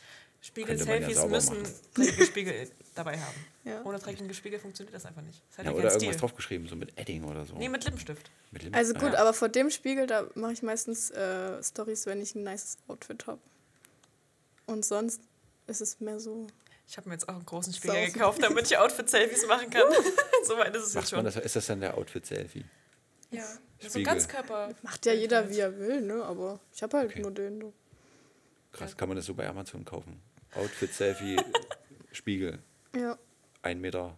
ja Spiegel-Selfies sauber müssen machen. dreckige Spiegel dabei haben. Ja. Ohne dreckigen Spiegel funktioniert das einfach nicht. Das hat Ja, ja, oder keinen irgendwas Stil. draufgeschrieben, so mit Edding oder so. Nee, mit Lippenstift. Mit Lim- Also Ah, gut, ja. aber vor dem Spiegel, da mache ich meistens äh, Stories, wenn ich ein nices Outfit habe. Und sonst ist es mehr so. Ich habe mir jetzt auch einen großen Spiegel Saufen. gekauft, damit ich Outfit-Selfies machen kann. Uh. so weit ist es jetzt Macht man schon. das, ist das dann der Outfit-Selfie? Ja. So Spiegel. ein Ganzkörper. Macht ja jeder, wie er will, ne? Aber ich habe halt Okay. nur den. du. Krass, kann man das so bei Amazon kaufen? Outfit-Selfie, Spiegel, Ja, 1,80 Meter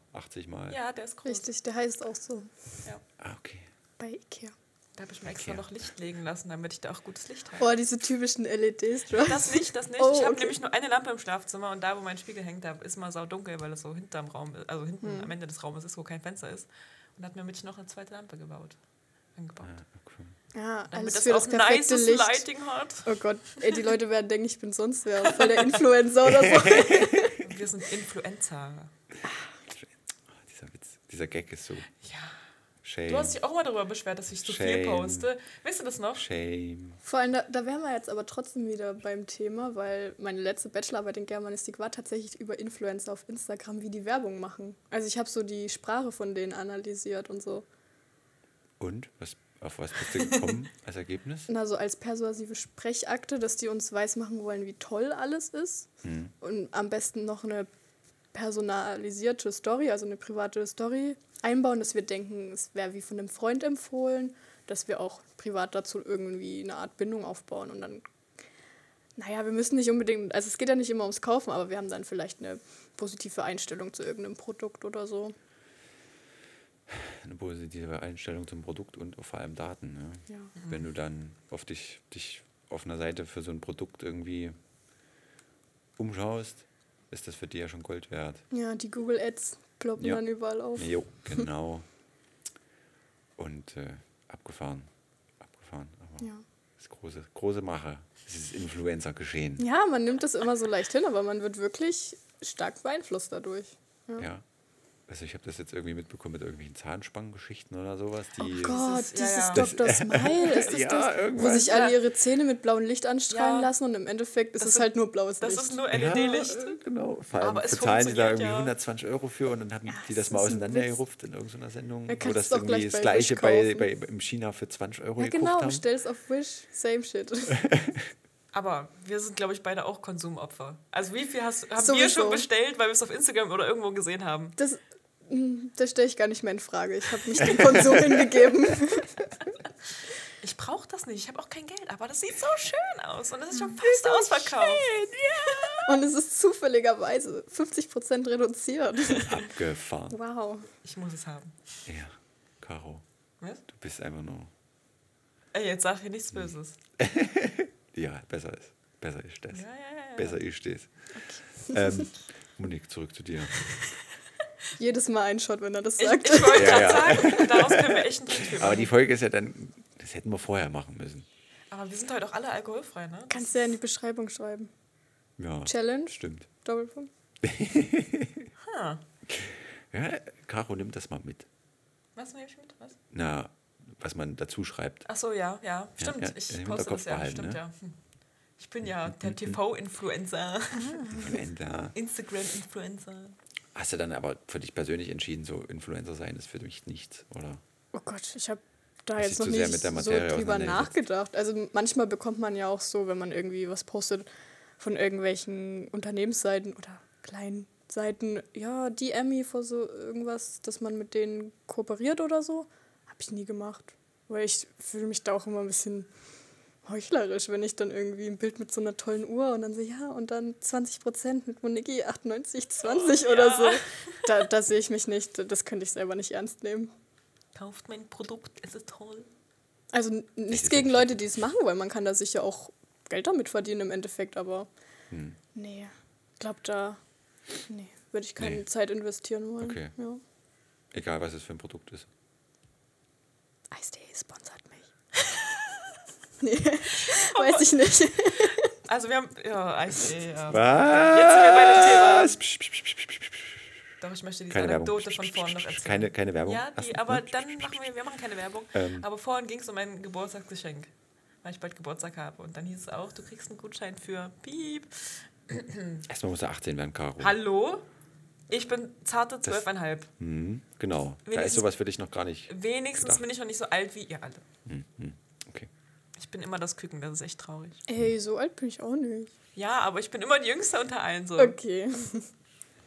mal. Ja, der ist groß. richtig. Der heißt auch so Ja. Ah, okay. bei Ikea. Da habe ich mir extra Ja. noch Licht legen lassen, damit ich da auch gutes Licht habe. Boah, Oh, diese typischen LEDs, du. Das nicht, das nicht. Oh, ich habe okay. nämlich nur eine Lampe im Schlafzimmer und da, wo mein Spiegel hängt, da ist mal saudunkel, weil es so hinterm Raum, ist- also hinten Hm. am Ende des Raumes ist, wo kein Fenster ist. Und da hat mir Mitch noch eine zweite Lampe gebaut. Angebaut. Ah, okay. Ja, Damit alles für das perfekte nices Licht. Lighting hat. Oh Gott, ey, die Leute werden denken, ich bin sonst wer, voll der Influencer oder so. Wir sind Influencer. Ah, Dieser Witz, dieser Gag ist so Ja. shame, Du hast dich auch mal darüber beschwert, dass ich zu viel Shame. poste. Weißt du das noch? shame. Vor allem, da, da wären wir jetzt aber trotzdem wieder beim Thema, weil meine letzte Bachelorarbeit in Germanistik war tatsächlich über Influencer auf Instagram, wie die Werbung machen. Also ich habe so die Sprache von denen analysiert und so. Und, was, auf was bist du gekommen als Ergebnis? Na, so als persuasive Sprechakte, dass die uns weismachen wollen, wie toll alles ist. Hm. Und am besten noch eine personalisierte Story, also eine private Story einbauen, dass wir denken, es wäre wie von einem Freund empfohlen, dass wir auch privat dazu irgendwie eine Art Bindung aufbauen und dann, naja, wir müssen nicht unbedingt, also es geht ja nicht immer ums Kaufen, aber wir haben dann vielleicht eine positive Einstellung zu irgendeinem Produkt oder so. Eine positive Einstellung zum Produkt und vor allem Daten. Ne? Ja. Wenn du dann auf dich, dich auf einer Seite für so ein Produkt irgendwie umschaust, ist das für dich ja schon Gold wert. Ja, die Google Ads ploppen Ja. dann überall auf. Jo, genau. Und äh, abgefahren. Abgefahren. Aber Ja. das ist große, große Mache. Es ist Influencer-Geschehen. ja, man nimmt das immer so leicht hin, aber man wird wirklich stark beeinflusst dadurch. Ja. Also ich habe das jetzt irgendwie mitbekommen mit irgendwelchen Zahnspangengeschichten oder sowas. Die Oh Gott, ist- ja, dieses ja. Das- Dr. Smile, ist das Ja, das, wo irgendwas. sich alle ihre Zähne mit blauem Licht anstrahlen Ja. lassen und im Endeffekt ist Das es ist- halt nur blaues Das Licht. ist nur E Ja, LED-Licht. äh, genau. Vor allem Aber es bezahlen die da funktioniert irgendwie ja. 120 Euro für und dann haben die das das mal ist ein auseinandergerupft in irgendeiner Sendung, Da wo kannst das du es doch irgendwie gleich das bei Wish gleiche bei, kaufen. bei, im China für 20 Euro ja, gekauft genau, haben. stell's auf Wish, same shit. Aber wir sind, glaube ich, beide auch Konsumopfer. Also wie viel hast, haben wir Sowieso. schon bestellt, weil wir es auf Instagram oder irgendwo gesehen haben? Das, mh, das stelle ich gar nicht mehr in Frage. Ich habe mich dem Konsum hingegeben. Ich brauche das nicht, ich habe auch kein Geld, aber das sieht so schön aus und es ist schon fast ausverkauft. Und es ist zufälligerweise 50% reduziert. Abgefahren. Wow. Ich muss es haben. Ja, Caro, Was? du bist einfach nur... Ey, jetzt sag hier nichts Böses. Ja, besser ist. Besser ist das. Ja, ja, ja, ja. Besser ist das. Ähm, Monique, zurück zu dir. Jedes Mal ein Shot, wenn er das Ich, sagt. ich wollte Ja, gerade sagen, daraus können wir echt ein Trinkspiel machen. Aber Aber, die Folge ist ja dann... Das hätten wir vorher machen müssen. wir sind heute auch alle alkoholfrei, ne? Kannst du ja in die Beschreibung schreiben. Ja, Challenge, stimmt. Doppelpunkt. Huh. Ja, Caro, nimm das mal mit. Was nehme ich mit? Was? Na, was man dazu schreibt. Ach so, ja, ja. Stimmt, ja, im ich poste Hinterkopf das ja. behalten, Stimmt, ne? hm, ja. Hm. Ich bin ja der TV-Influencer. Influencer. Instagram-Influencer. Hast du dann aber für dich persönlich entschieden, so Influencer sein ist für mich nichts, oder? Oh Gott, ich habe da Hast jetzt dich noch zu sehr nicht mit der so Materie drüber auseinandergesetzt. nachgedacht. Also manchmal bekommt man ja auch so, wenn man irgendwie was postet von irgendwelchen Unternehmensseiten oder kleinen Seiten, ja, die Emmy vor so irgendwas, dass man mit denen kooperiert oder so, habe ich nie gemacht. Weil ich fühle mich da auch immer ein bisschen heuchlerisch, wenn ich dann irgendwie ein Bild mit so einer tollen Uhr und dann so, ja, und dann 20% mit Moniki 98, 20 oder so. Da, da sehe ich mich nicht, das könnte ich selber nicht ernst nehmen. Kauft mein Produkt, es ist toll. Also n- nichts ist gegen ja nicht Leute, die es machen, weil man kann da sicher auch Geld damit verdienen im Endeffekt, aber Hm. nee, ich glaube da, nee, würde ich keine Nee. Zeit investieren wollen. Okay. Ja. Egal, was es für ein Produkt ist. Eis.de sponsert mich. Nee, weiß ich nicht. Also wir haben. Ja, ich sehe. Ja. Was? Jetzt sind wir bei dem Thema. Psch, psch, psch, psch, psch, psch, psch. Doch, ich möchte diese Keine Werbung. Anekdote Psch, von psch, vorhin noch psch, psch. erzählen. Keine, keine Werbung. ne? Ja, Lassen. die, aber dann machen wir, wir machen keine Werbung. Ähm. Aber vorhin ging es um ein Geburtstagsgeschenk, weil ich bald Geburtstag habe. Und dann hieß es auch, du kriegst einen Gutschein für Piep. Erstmal muss er 18 werden, Caro. Hallo? Ich bin zarte zwölfeinhalb. Mhm, genau. Da ist Wenigstens- sowas für dich noch gar nicht. Wenigstens Gedacht. bin ich noch nicht so alt wie ihr alle. Okay. Ich bin immer das Küken, das ist echt traurig. Ey, so alt bin ich auch nicht. Ja, aber ich bin immer die Jüngste unter allen so. Okay.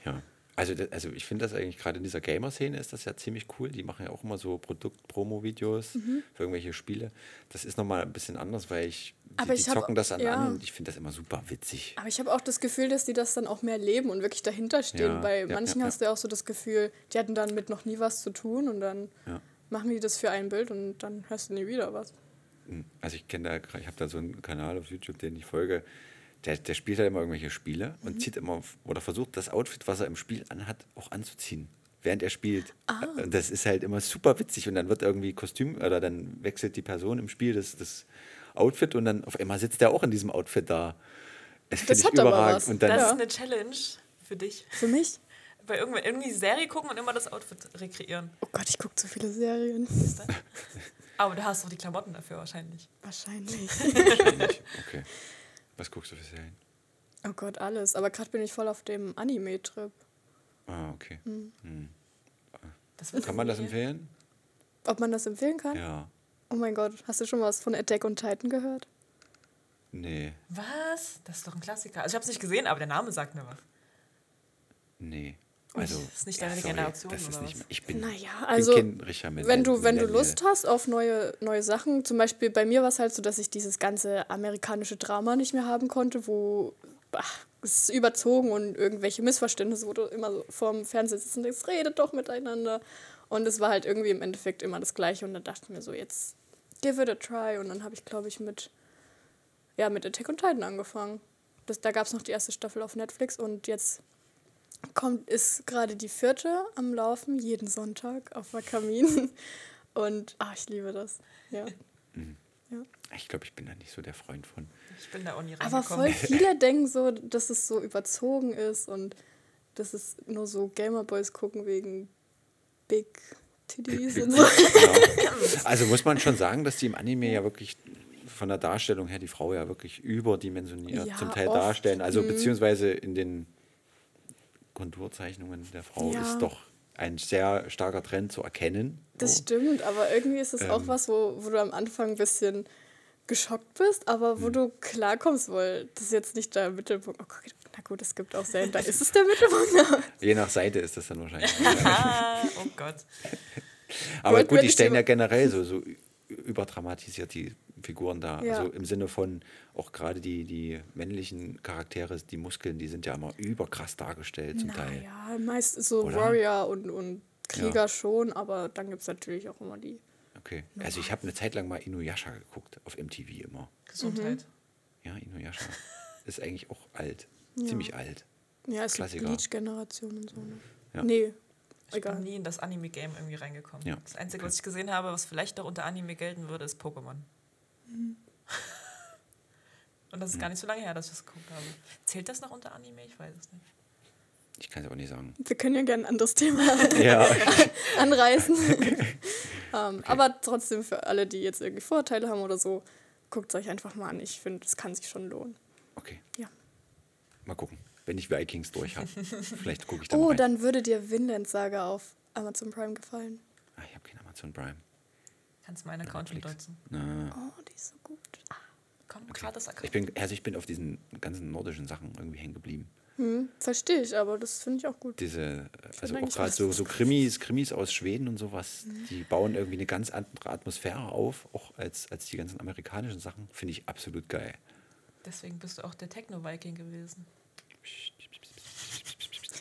Ja. Also, da- also ich finde das eigentlich gerade in dieser Gamer-Szene ist das ja ziemlich cool. Die machen ja auch immer so Produkt-Promo-Videos Mhm. für irgendwelche Spiele. Das ist nochmal ein bisschen anders, weil ich, die, Aber die ich hab- zocken das an ja. an und ich finde das immer super witzig. Aber ich habe auch das Gefühl, dass die das dann auch mehr leben und wirklich dahinter stehen. Ja, Bei ja, manchen ja, hast du ja auch so das Gefühl, die hatten dann mit noch nie was zu tun und dann Ja. machen die das für ein Bild und dann hörst du nie wieder was. Also ich kenne da, ich habe da so einen Kanal auf YouTube, den ich folge. Der, der spielt halt immer irgendwelche Spiele Mhm. und zieht immer f- oder versucht das Outfit, was er im Spiel anhat, auch anzuziehen, während er spielt. Ah. Und das ist halt immer super witzig und dann wird irgendwie Kostüm oder dann wechselt die Person im Spiel das, das Outfit und dann auf einmal sitzt er auch in diesem Outfit da. Das finde Das ich hat aber überragend. was. Und Das dann, ist Ja. eine Challenge für dich. Für mich? Bei irgendwie, irgendwie Serie gucken und immer das Outfit rekreieren. Oh Gott, ich gucke zu viele Serien. Aber du hast doch die Klamotten dafür wahrscheinlich. Wahrscheinlich. okay. Was guckst du für Serien? Oh Gott, alles. Aber gerade bin ich voll auf dem Anime-Trip. Ah, okay. Mhm. Das wird Kann man das irgendwie- empfehlen? Ob man das empfehlen kann? Ja. Oh mein Gott, hast du schon was von Attack on Titan gehört? Nee. Was? Das ist doch ein Klassiker. Also ich habe es nicht gesehen, aber der Name sagt mir was. Nee. Also, das ist nicht deine Generation, Das ist oder nicht, was? ich bin, Naja, ich also, bin kein äh, richer Millennial. Wenn du, wenn du Lust hast auf neue, neue Sachen, zum Beispiel bei mir war es halt so, dass ich dieses ganze amerikanische Drama nicht mehr haben konnte, wo ach, es ist überzogen und irgendwelche Missverständnisse, wo du immer so vorm Fernseher sitzt und denkst, redet doch miteinander. Und es war halt irgendwie im Endeffekt immer das Gleiche und dann dachte ich mir so, jetzt give it a try. Und dann habe ich, glaube ich, mit, ja, mit Attack on Titan angefangen. Das, da gab es noch die erste Staffel auf Netflix und jetzt kommt, ist gerade die vierte am Laufen, jeden Sonntag auf Wakamin. Und ah, ich liebe das. Ja. Ich glaube, ich bin da nicht so der Freund von. Ich bin da auch nie Aber reingekommen. voll viele denken so, dass es so überzogen ist und dass es nur so Gamerboys gucken wegen Big Titties und so. Also muss man schon sagen, dass die im Anime ja wirklich von der Darstellung her die Frau ja wirklich überdimensioniert Ja, zum Teil oft. Mhm. darstellen. Also beziehungsweise in den Konturzeichnungen der Frau Ja. ist doch ein sehr starker Trend zu erkennen. Das So. stimmt, aber irgendwie ist es auch was, wo, wo du am Anfang ein bisschen geschockt bist, aber wo du klarkommst, weil das ist jetzt nicht der Mittelpunkt. Oh, Gott, na gut, es gibt auch Serien, da ist es der Mittelpunkt. aber- Je nach Seite ist das dann wahrscheinlich. Ah, oh Gott. Aber Wollt gut, mir die nicht stellen ja über- generell so, so ü- überdramatisiert die Figuren da. Ja. Also im Sinne von auch gerade die, die männlichen Charaktere, die Muskeln, die sind ja immer überkrass dargestellt zum Teil. Naja, meist so Oder? Warrior und, und Krieger Ja. schon, aber dann gibt es natürlich auch immer die. Okay. Also ich habe eine Zeit lang mal Inuyasha geguckt, auf MTV immer. Mhm. Gesundheit. Ja, Inuyasha ist eigentlich auch alt. Ziemlich alt. Ja, es gibt Klassiker. Bleach-Generation und so. Ne? Ja. Nee, Ich bin egal. nie in das Anime-Game irgendwie reingekommen. Ja. Das Einzige, was ich gesehen habe, was vielleicht noch unter Anime gelten würde, ist Pokémon. Mhm. Und das ist gar nicht so lange her, dass ich das geguckt habe. Zählt das noch unter Anime? Ich weiß es nicht. Ich kann es aber nicht sagen. Wir können ja gerne ein anderes Thema Ja, anreißen. ähm, Aber trotzdem für alle, die jetzt irgendwie Vorurteile haben oder so, guckt es euch einfach mal an. Ich finde, es kann sich schon lohnen. okay. Ja. Mal gucken. Wenn ich Vikings durch habe, vielleicht gucke ich dann Oh, rein. dann würde dir Vinland Saga auf Amazon Prime gefallen. Ah, ich habe kein Amazon Prime. Kannst du meinen Account Netflix. umdeuten? Na. Oh, die ist so gut. Komm, gratis Account. Ich bin, also ich bin auf diesen ganzen nordischen Sachen irgendwie hängen geblieben. Hm, Verstehe ich, aber das finde ich auch gut. diese, also auch eigentlich gerade was. so, so Krimis, Krimis aus Schweden und sowas, die bauen irgendwie eine ganz andere Atmosphäre auf, auch als, als die ganzen amerikanischen Sachen, finde ich absolut geil. Deswegen bist du auch der Techno-Viking gewesen.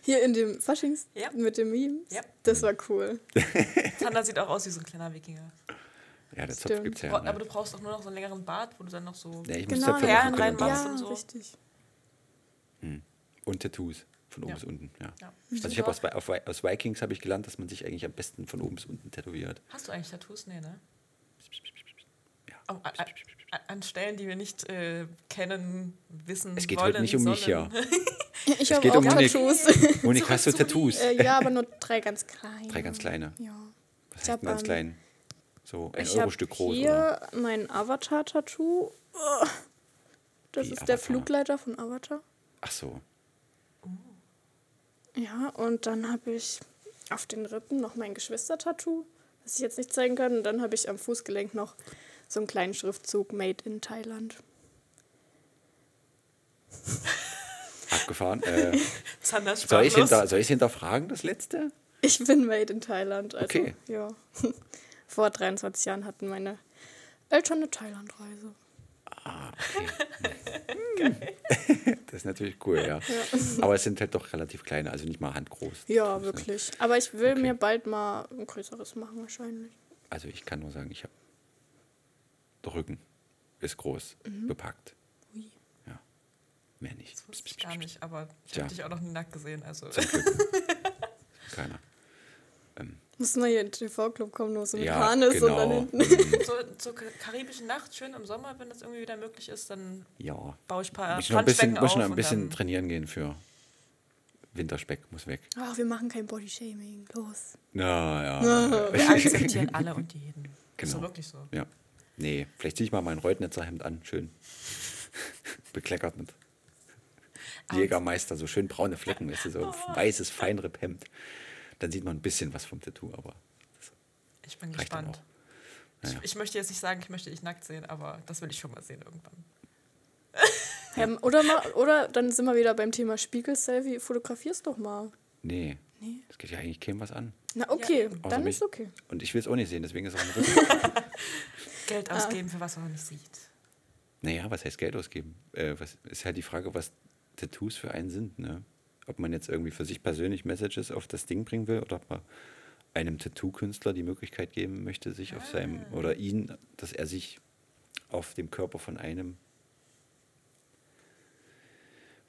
Hier in dem Faschings Ja. mit dem Meme. Ja. Das war cool. Zander sieht auch aus wie so ein kleiner Wikinger. Ja, der Zopf Stimmt. gibt es Bra- ja. Aber du Ne? brauchst auch nur noch so einen längeren Bart, wo du dann noch so. Ja, ich muss Genau, Zöpfe Perlen machen können reinmachen. dann. und so. richtig. Und Tattoos von oben Ja. bis unten. Ja. Ja. Also ich Stimmt habe aus, Vi- auf, Vi- aus Vikings habe ich gelernt, dass man sich eigentlich am besten von oben bis unten tätowiert. Hast du eigentlich Tattoos? Nee, ne? Ja. Oh, a- a- a- an Stellen, die wir nicht äh, kennen, wissen. Es geht wollen, heute nicht um mich, ja. sollen. Ich Es habe geht auch um Monik. Tattoos. Monika, hast du Zurück zu Tattoos? äh, ja, aber nur drei ganz kleine. Drei ganz kleine. Ja. Was ich heißt hab, denn ganz ähm, klein? So ein ich habe Euro-Stück groß, oder? hier mein Avatar-Tattoo. Ugh. Das Wie ist der Avatar? Flugleiter von Avatar. Ach so. Ja, und dann habe ich auf den Rippen noch mein Geschwister-Tattoo, das ich jetzt nicht zeigen kann. Und dann habe ich am Fußgelenk noch so einen kleinen Schriftzug Made in Thailand. Abgefahren. Äh, Zander soll ich sprachlos. hinter, soll ich's hinterfragen, das letzte? Ich bin Made in Thailand. Also, Okay. Ja. Vor 23 Jahren hatten meine Eltern eine Thailandreise. Das ist natürlich cool, ja. Aber es sind halt doch relativ kleine, also nicht mal handgroß. Ja, Tattoos, ne? wirklich. Aber ich will Okay. mir bald mal ein größeres machen, wahrscheinlich. Also ich kann nur sagen, ich habe der Rücken ist groß, bepackt. Ui. Ja. Mehr nicht. Das wusste ich gar nicht, aber ich Tja. habe dich auch noch nie nackt gesehen. Also Keiner. Ähm, Muss man hier in den TV-Club kommen, nur so mit ja, Harnes genau. und dann hinten. Mhm, so, so ka- karibische Nacht, schön im Sommer, wenn das irgendwie wieder möglich ist, dann ja. baue ich ein paar muss ich noch ein bisschen, Planschbecken muss ich noch auf ein und bisschen dann- trainieren gehen für Winterspeck, muss weg. Ach, Ah, wir machen kein Bodyshaming. Los. Na, ja. Wir akzeptieren alle und jeden. Ist Genau. doch wirklich so. ja. Nee, vielleicht ziehe ich mal mein Reutnitzer-Hemd an, schön. Bekleckert mit Aber- Jägermeister, so schön braune Flecken, weißt du, so weißes Feinripphemd. Dann sieht man ein bisschen was vom Tattoo, aber Ich bin reicht dann gespannt. auch. Naja. Ich, ich möchte jetzt nicht sagen, ich möchte dich nackt sehen, aber das will ich schon mal sehen irgendwann. Ähm, oder, mal, oder dann sind wir wieder beim Thema Spiegel-Selfie. Fotografier's doch mal. Nee. Nee. Das geht ja eigentlich keinem was an. Na, okay, eben. Außer dann mich. ist okay. Und ich will es auch nicht sehen, deswegen ist es auch ein Rücken. Geld ausgeben, für was man nicht sieht. naja, was heißt Geld ausgeben? Äh, was, ist halt die Frage, was Tattoos für einen sind, ne? Ob man jetzt irgendwie für sich persönlich Messages auf das Ding bringen will oder ob man einem Tattoo-Künstler die Möglichkeit geben möchte, sich auf seinem Ah. oder ihn, dass er sich auf dem Körper von einem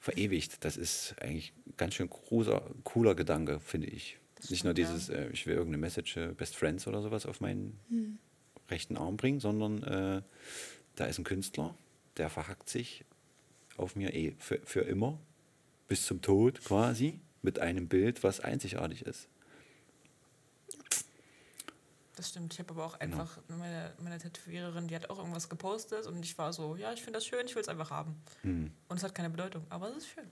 verewigt. Das ist eigentlich ein ganz schön großer, cooler Gedanke, finde ich. Das Nicht nur stimmt, ja. dieses, äh, ich will irgendeine Message, äh, Best Friends oder sowas auf meinen Hm. rechten Arm bringen, sondern äh, da ist ein Künstler, der verhackt sich auf mir eh für, für immer, bis zum Tod quasi, mit einem Bild, was einzigartig ist. Das stimmt. Ich habe aber auch Genau. einfach, meine, meine Tätowiererin, die hat auch irgendwas gepostet und ich war so, ja, ich finde das schön, ich will es einfach haben. Hm. Und es hat keine Bedeutung, aber es ist schön.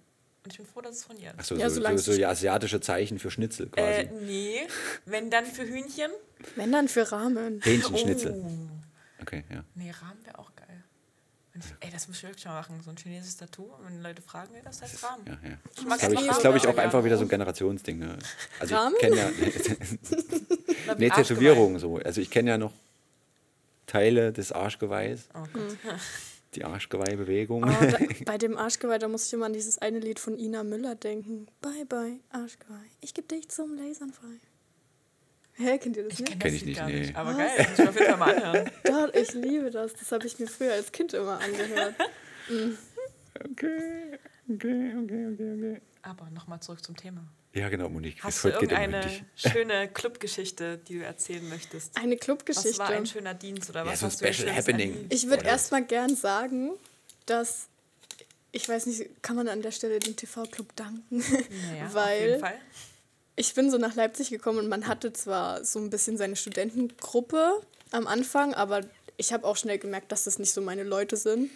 Und ich bin froh, dass es von ihr ist. Achso, so, Ja, so, solange so es- ja, asiatische Zeichen für Schnitzel quasi. Äh, nee, wenn dann für Hühnchen. Wenn dann für Rahmen. Hähnchenschnitzel. Oh. Okay, ja. Nee, Rahmen wäre auch geil. Und ich, ey, das muss ich wirklich mal machen. So ein chinesisches Tattoo. Und wenn Leute fragen, wer das heißt Rahmen. Ja, ja. Ich Das glaube ich, ist, glaub ich, auch einfach wieder so ein Generationsding. Ne? Also Rahmen? ich kenne ja ein nee, Tätowierungen so. Also ich kenne ja noch Teile des Arschgeweihs, Oh Gott. die Arschgeweihbewegung. Oh, da, bei dem Arschgeweih, da muss ich immer an dieses eine Lied von Ina Müller denken. Bye, bye, Arschgeweih. Ich geb dich zum Lasern frei. Hä, kennt ihr das Ich nicht? kenne Kenn das ich Lied nicht, gar nee. nicht. Aber geil, das muss ich mir auf jeden Fall mal anhören. Doch, ich liebe das. Das habe ich mir früher als Kind immer angehört. Okay, okay, okay, okay, okay. Aber nochmal zurück zum Thema. Ja, genau, Monique. Hast es du heute geht um irgendeine dich. schöne Clubgeschichte, die du erzählen möchtest? Was Eine war ein Clubgeschichte. schöner Dienst oder Ja, was so ein hast du ein Special schönes Happening. erlebt? Ich würde Oder- erstmal gern sagen, dass ich weiß nicht, kann man an der Stelle dem TV-Club danken? Naja, Weil- auf jeden Fall. ich bin so nach Leipzig gekommen und man hatte zwar so ein bisschen seine Studentengruppe am Anfang, aber ich habe auch schnell gemerkt, dass das nicht so meine Leute sind.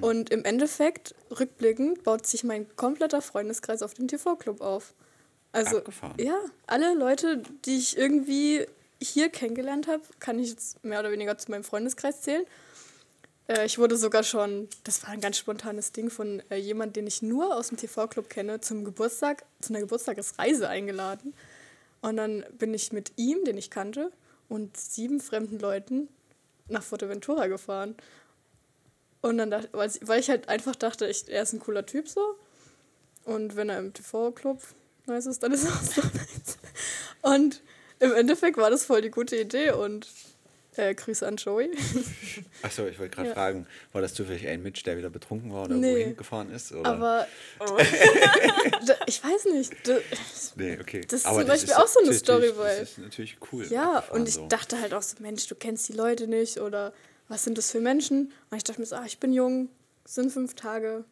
Und im Endeffekt, rückblickend, baut sich mein kompletter Freundeskreis auf dem TV-Club auf. Also, Abgefahren. ja, alle Leute, die ich irgendwie hier kennengelernt habe, kann ich jetzt mehr oder weniger zu meinem Freundeskreis zählen. Äh, ich wurde sogar schon, das war ein ganz spontanes Ding von äh, jemand, den ich nur aus dem TV-Club kenne, zum Geburtstag, zu einer Geburtstagsreise eingeladen. Und dann bin ich mit ihm, den ich kannte, und sieben fremden Leuten nach Fuerteventura gefahren. Und dann dachte, weil, weil ich halt einfach dachte, ich, er ist ein cooler Typ so. Und wenn er im TV-Club nice ist, dann ist er auch so nice. Und im Endeffekt war das voll die gute Idee und äh, Grüße an Joey. Achso, ich wollte gerade Ja. fragen, war das zufällig ein Mitch, der wieder betrunken war oder Nee. wohin gefahren ist? Oder? Aber Oh. da, ich weiß nicht. Da, nee, okay. das ist Aber zum Beispiel ist auch so eine natürlich- Story, weil- Das ist natürlich cool. ja, abgefahren und ich so. dachte halt auch so, Mensch, du kennst die Leute nicht oder was sind das für Menschen? Und ich dachte mir so, ah, ich bin jung, sind fünf Tage,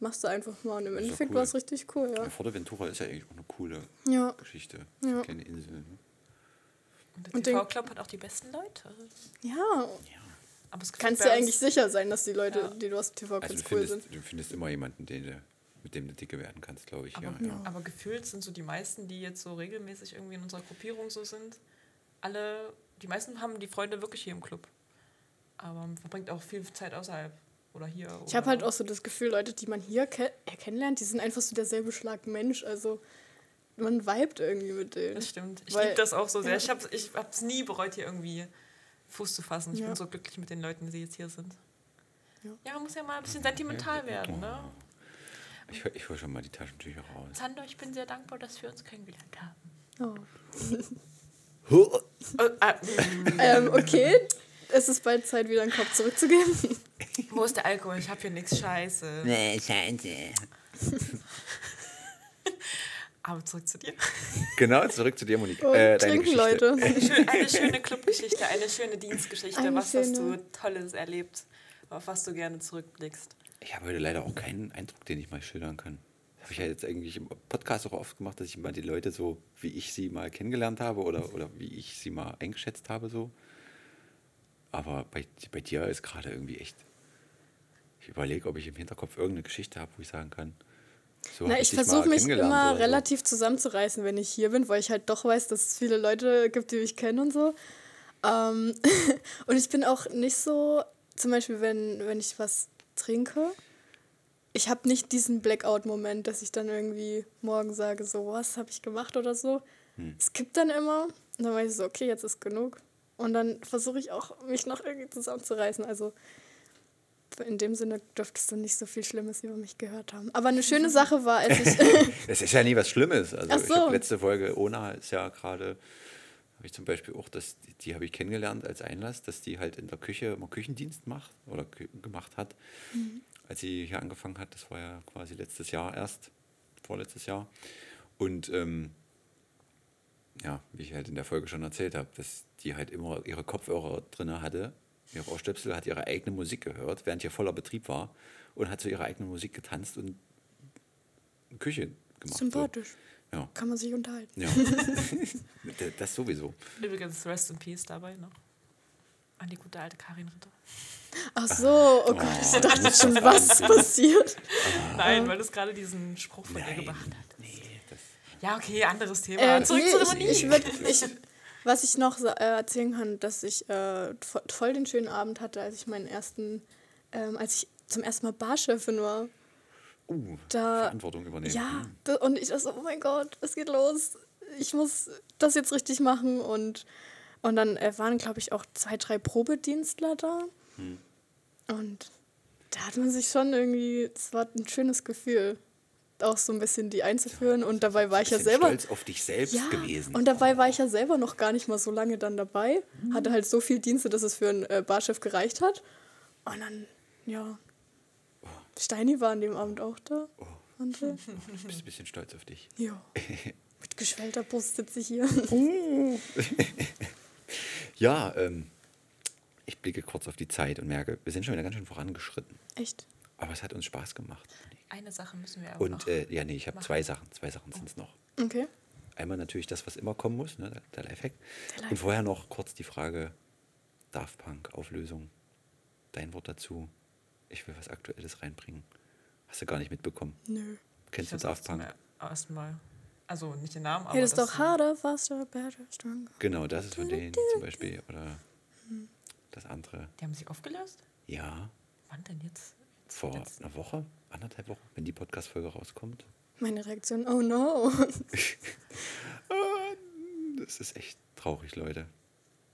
machst du einfach mal. Und im doch Endeffekt cool. war es richtig cool, ja. Ja, Forteventura ist ja eigentlich auch eine coole Ja, Geschichte. Ja. Keine Insel. Ne? Und der Und den- TV-Club hat auch die besten Leute. ja. Aber es Kannst dir eigentlich sicher sein, dass die Leute, Ja. die du aus dem TV Also ganz du cool sind. findest, du findest immer jemanden, den du, mit dem du dicke werden kannst, glaube ich. Aber, Ja, ja. aber gefühlt sind so die meisten, die jetzt so regelmäßig irgendwie in unserer Gruppierung so sind, alle, die meisten haben die Freunde wirklich hier im Club. Aber man verbringt auch viel Zeit außerhalb oder hier. Ich habe oder- halt auch so das Gefühl, Leute, die man hier ke äh, kennenlernt, die sind einfach so derselbe Schlag Mensch. Also man vibet irgendwie mit denen. Das stimmt. Ich Weil- liebe das auch so sehr. ja. Ich habe ich hab's nie bereut, hier irgendwie Fuß zu fassen. Ich Ja. bin so glücklich mit den Leuten, die jetzt hier sind. Ja. Ja, man muss ja mal ein bisschen sentimental werden, ne? Ich, hol- ich hole schon mal die Taschentücher raus. Zander, ich bin sehr dankbar, dass wir uns kennengelernt haben. Oh. Äh, ah, mm, Ähm, okay, es ist bald Zeit, wieder einen Kopf zurückzugeben. Äh, wo ist der Alkohol? Ich habe hier nichts Scheiße. Nee, scheiße. Aber zurück zu dir. Genau, zurück zu dir, Monique. Und Äh, deine trinken, Geschichte. Leute. Schön, eine schöne Clubgeschichte, eine schöne Dienstgeschichte. Eine was hast du schöne. Tolles erlebt, auf was du gerne zurückblickst? Ich habe heute leider auch keinen Eindruck, den ich mal schildern kann. Das Habe ich ja jetzt eigentlich im Podcast auch oft gemacht, dass ich mal die Leute so, wie ich sie mal kennengelernt habe oder, oder wie ich sie mal eingeschätzt habe, so. Aber bei, bei dir ist gerade irgendwie echt. Ich überlege, ob ich im Hinterkopf irgendeine Geschichte habe, wo ich sagen kann. So Na, hab ich dich mal versuche mich kennengelernt immer oder so. relativ zusammenzureißen, wenn ich hier bin, weil ich halt doch weiß, dass es viele Leute gibt, die mich kennen und so. Ähm, und ich bin auch nicht so, zum Beispiel, wenn, wenn ich was trinke, ich habe nicht diesen Blackout-Moment, dass ich dann irgendwie morgen sage, so, was habe ich gemacht oder so. Hm. Es gibt dann immer, und dann weiß ich so, okay, jetzt ist genug. Und dann versuche ich auch, mich noch irgendwie zusammenzureißen. Also in dem Sinne dürftest du nicht so viel Schlimmes über mich gehört haben. Aber eine schöne Sache war, als ich Es ist ja nie was Schlimmes. Also Ach ich hab so. letzte Folge Ona ist ja gerade, habe ich zum Beispiel auch, dass die, die habe ich kennengelernt als Einlass, dass die halt in der Küche immer Küchendienst macht oder kü- gemacht hat, Mhm. als sie hier angefangen hat. Das war ja quasi letztes Jahr erst, vorletztes Jahr. Und ähm, ja, wie ich halt in der Folge schon erzählt habe, dass die halt immer ihre Kopfhörer drin hatte, ihre Ohrstöpsel, hat ihre eigene Musik gehört, während hier voller Betrieb war und hat zu ihrer eigenen Musik getanzt und Küche gemacht. Sympathisch. So. Ja. Kann man sich unterhalten. ja. D- das sowieso. Übrigens, Rest in Peace dabei noch. An die gute alte Karin Ritter. Ach so, oh Gott, ich dachte schon, was ist passiert? Nein, weil das gerade diesen Spruch von ihr gebracht hat. Nee, das, Ja, okay, anderes Thema. Äh, Zurück nee, zu ich, Monique. ich würd, ich, was ich noch sa- äh, erzählen kann, dass ich äh, vo- voll den schönen Abend hatte, als ich meinen ersten, ähm, als ich zum ersten Mal Barchefin war. uh, Da- Verantwortung übernehmen. Hm. Ja, da- und ich dachte so, oh mein Gott, es geht los. Ich muss das jetzt richtig machen. Und, und dann äh, waren, glaube ich, auch zwei, drei Probedienstler da. Hm. Und da hat man sich schon irgendwie, es war ein schönes Gefühl, auch so ein bisschen die einzuführen. Und dabei war ich ja Bisschen selber. stolz auf dich selbst Ja, gewesen. und dabei war ich ja selber noch gar nicht mal so lange dann dabei. Hatte halt so viel Dienste, dass es für einen äh, Barchef gereicht hat. Und dann, ja. Steini war an dem Abend auch da. Oh. André. ich bin ein bisschen stolz auf dich. Ja. Mit geschwellter Brust sitze ich hier. Ja, ähm, ich blicke kurz auf die Zeit und merke, wir sind schon wieder ganz schön vorangeschritten. Echt? Aber es hat uns Spaß gemacht. Eine Sache müssen wir aber noch. Und äh, ja, nee, ich habe Mach. zwei Sachen. Zwei Sachen sind es noch. Okay. Einmal natürlich das, was immer kommen muss, ne, der, der Lifehack. Lifehack. Und vorher noch kurz die Frage: Daft Punk, Auflösung. Dein Wort dazu. Ich will was Aktuelles reinbringen. Hast du gar nicht mitbekommen. Nö. Kennst du Ich Daft hab's Punk? zum ersten Mal. Äh, Also nicht den Namen, aber. Hey, das ist das- doch harder, faster, better, stronger. Genau, das ist von denen zum Beispiel. Oder Hm. das andere. Die haben sich aufgelöst? Ja, Wann denn jetzt? vor Jetzt- einer Woche, anderthalb Wochen, wenn die Podcast-Folge rauskommt. Meine Reaktion, oh no. Das ist echt traurig, Leute,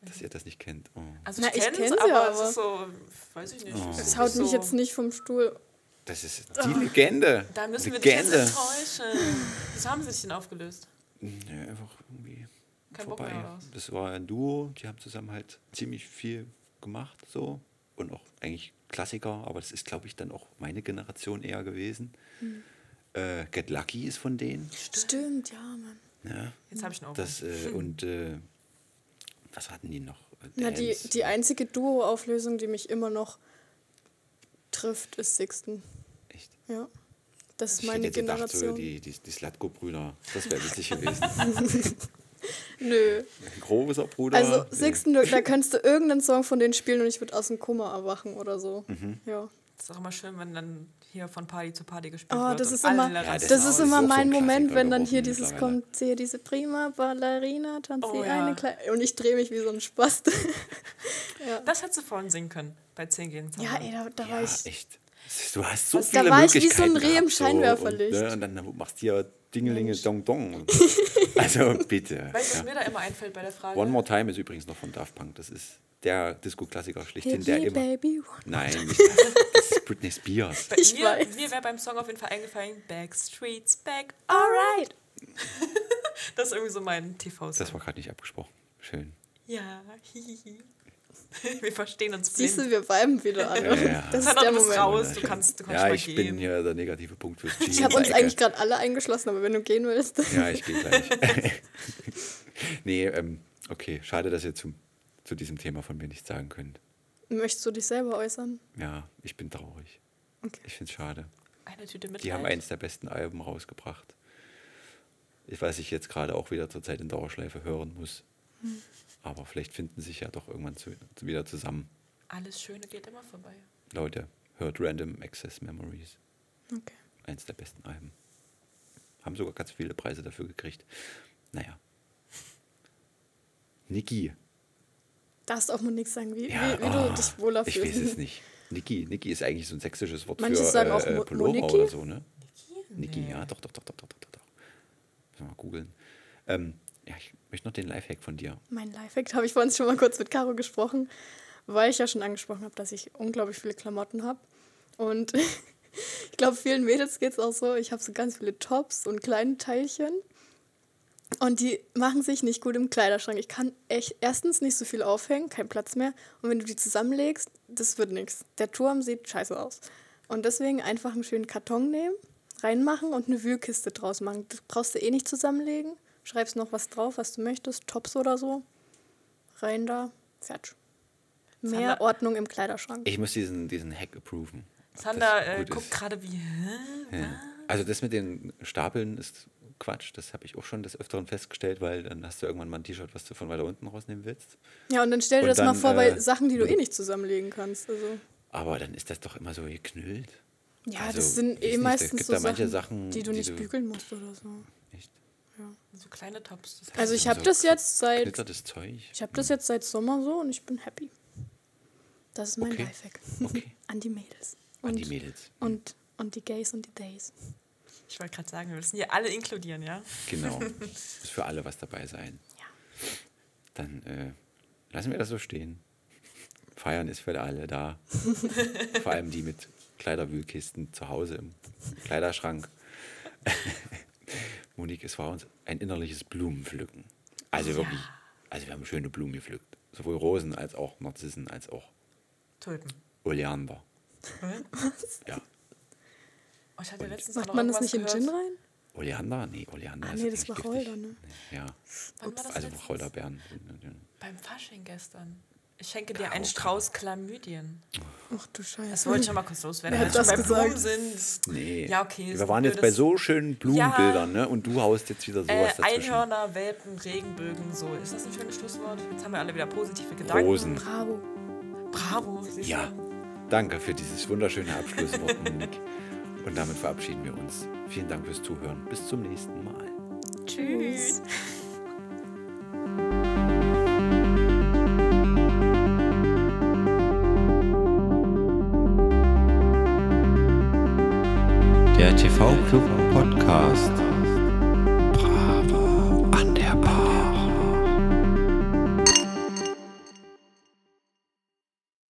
dass Mhm. ihr das nicht kennt. Oh. Also Na, ich ich kenn's, kenn's aber, ja, es aber- Oh. ist so, weiß ich nicht. es Das ist haut mich so- jetzt nicht vom Stuhl. Das ist die Legende. Ah. Da müssen wir dich jetzt Legende. enttäuschen. Wieso haben sie sich denn aufgelöst? Ja, einfach irgendwie Kein Bock vorbei. mehr oder was? das war ein Duo, die haben zusammen halt ziemlich viel gemacht, so. Und auch eigentlich Klassiker, aber das ist, glaube ich, dann auch meine Generation eher gewesen. Hm. Äh, Get Lucky ist von denen. Stimmt, ja, Mann. Ne? Jetzt habe ich einen Ohrwurm. Das, äh, und äh, was hatten die noch? Na, die, Dance. die einzige Duo-Auflösung, die mich immer noch trifft, ist Sixten. Echt? Ja. Das ist Ich hätte meine jetzt gedacht, so Generation. die, die, die Slatko-Brüder, das wäre witzig gewesen. Nö. Ein großer Bruder. Also Nee. Sixten, da kannst du irgendeinen Song von denen spielen und ich würde aus dem Koma erwachen oder so. Mhm. Ja. Das ist auch immer schön, wenn dann hier von Party zu Party gespielt Oh, wird. das und ist immer, alle Ja, rasten das, das ist ist auch- das aus. ist auch immer so ein mein Moment, Klassiker wenn dann geworden hier dieses mittlerweile. kommt, sehe diese prima Ballerina, tanzt Oh sie ja. eine kleine und ich drehe mich wie so ein Spast. Das hättest du vorhin singen können bei 10 gegen 10. ja, ey, da, da Ja, war ich. Also echt. Du hast so Da viele war ich wie so Möglichkeiten. ein Reh im gehabt, so, Scheinwerferlicht. Und, ne, und dann machst du ja Dingelinge Dong Dong. Also bitte. Weißt du, was Ja. mir da immer einfällt bei der Frage? One More Time ist übrigens noch von Daft Punk. Das ist der Disco-Klassiker schlechthin, Hit der me, immer. baby. Nein, nicht das. das ist Britney Spears. Bei Ich mir, weiß. Mir wäre beim Song auf jeden Fall eingefallen, Backstreets Back. Alright. Das ist irgendwie so mein TV-Song. Das war gerade nicht abgesprochen. Schön. Ja, hihihi. Wir verstehen uns Siehst du, blind. wir viben wieder an. Ja, ja. Das ist Sandra, der du bist Moment. raus. du kannst- du kannst Ja, mal ich gehen. bin hier der negative Punkt fürs Team. Ich habe uns eigentlich gerade alle eingeschlossen, aber wenn du gehen willst, Ja, ich gehe gleich. nee, ähm, okay. Schade, dass ihr zum, zu diesem Thema von mir nichts sagen könnt. möchtest du dich selber äußern? Ja, ich bin traurig. Okay. Ich finde es schade. Eine Tüte mit. Die haben eins der besten Alben rausgebracht. Ich weiß, ich jetzt gerade auch wieder zurzeit in Dauerschleife hören muss. Hm. Aber vielleicht finden sich ja doch irgendwann zu, zu- wieder zusammen. Alles Schöne geht immer vorbei. Leute, hört Random Access Memories. Okay. Eins der besten Alben. Haben sogar ganz viele Preise dafür gekriegt. Naja. Niki. Darfst auch mal nichts sagen, wie, Ja, wie, wie du oh, dich wohler Ich fühlst. weiß es nicht. Niki, Niki ist eigentlich so ein sächsisches Wort Manche für sagen auch äh, Mo- äh, Pullover Moniki. oder so, ne? Niki? Niki, Nee. ja, doch, doch, doch, doch, doch, doch, doch. doch. Müssen wir mal googeln. Ähm, ja, ich möchte noch den Lifehack von dir. Mein Lifehack habe ich vorhin schon mal kurz mit Caro gesprochen, weil ich ja schon angesprochen habe, dass ich unglaublich viele Klamotten habe. Und ich glaube, vielen Mädels geht es auch so. Ich habe so ganz viele Tops und kleine Teilchen. Und die machen sich nicht gut im Kleiderschrank. Ich kann echt erstens nicht so viel aufhängen, kein Platz mehr. Und wenn du die zusammenlegst, das wird nichts. Der Turm sieht scheiße aus. Und deswegen einfach einen schönen Karton nehmen, reinmachen und eine Wühlkiste draus machen. Das brauchst du eh nicht zusammenlegen. Schreibst noch was drauf, was du möchtest, Tops oder so. Rein da, fertig. Mehr Sandra- Ordnung im Kleiderschrank. Ich muss diesen, diesen Hack approven. ob das Sander äh, gut guckt ist. gerade wie. Hä? Ja. Also das mit den Stapeln ist Quatsch. Das habe ich auch schon des Öfteren festgestellt, weil dann hast du irgendwann mal ein T-Shirt, was du von weiter unten rausnehmen willst. Ja, und dann stell dir Und das mal dann, vor, bei äh, Sachen, die du würde- eh nicht zusammenlegen kannst. Also, Aber dann ist das doch immer so geknüllt. ja, Also, das sind weiß nicht, eh es meistens gibt so da manche Sachen, Sachen, die du die nicht du- Also, bügeln musst oder so. Echt? So kleine Tops. Das Also ich Also habe das jetzt seit Knittertes Zeug. ich habe das jetzt seit Sommer so und ich bin happy. Das ist mein Okay. Lifehack Okay. an die Mädels und An die Mädels. und und die Gays und die Days. ich wollte gerade sagen, wir müssen hier alle inkludieren, ja? Genau. Muss für alle was dabei sein. Ja. Dann äh, lassen wir das so stehen. Feiern ist für alle da. Vor allem die mit Kleiderwühlkisten zu Hause im Kleiderschrank. Monique, es war uns ein innerliches Blumenpflücken. Also wirklich, also wir haben schöne Blumen gepflückt. Sowohl Rosen als auch Narzissen als auch Tulpen. Oleander. Ja. Oh, ich hatte letztens auch Macht noch man das irgendwas nicht in Gin gehört. rein? Oleander? Nee, Oleander Ah, ist nee, das eigentlich war giftig. Holder, ne? Nee, Ja, Wann war das also letztens? Holderbeeren. Beim Fasching gestern. Ich schenke dir Karo, einen Karo. Strauß Chlamydien. Ach du Das Scheiße. wollte ich schon mal kurz loswerden. Wer weil hat wir schon das bei gesagt? Blumen sind. Nee. Ja, okay, ist Wir ein waren jetzt bei blödes- so schönen Blumenbildern, ne? Und du haust jetzt wieder Äh, sowas dazwischen. Einhörner, Welpen, Regenbögen, so. Ist das ein schönes Schlusswort? Jetzt haben wir alle wieder positive Gedanken. Rosen. Bravo. Bravo. siehst Ja. du? Danke für dieses wunderschöne Abschlusswort, Monique. Und damit verabschieden wir uns. Vielen Dank fürs Zuhören. Bis zum nächsten Mal. Tschüss. Der TV Club Podcast.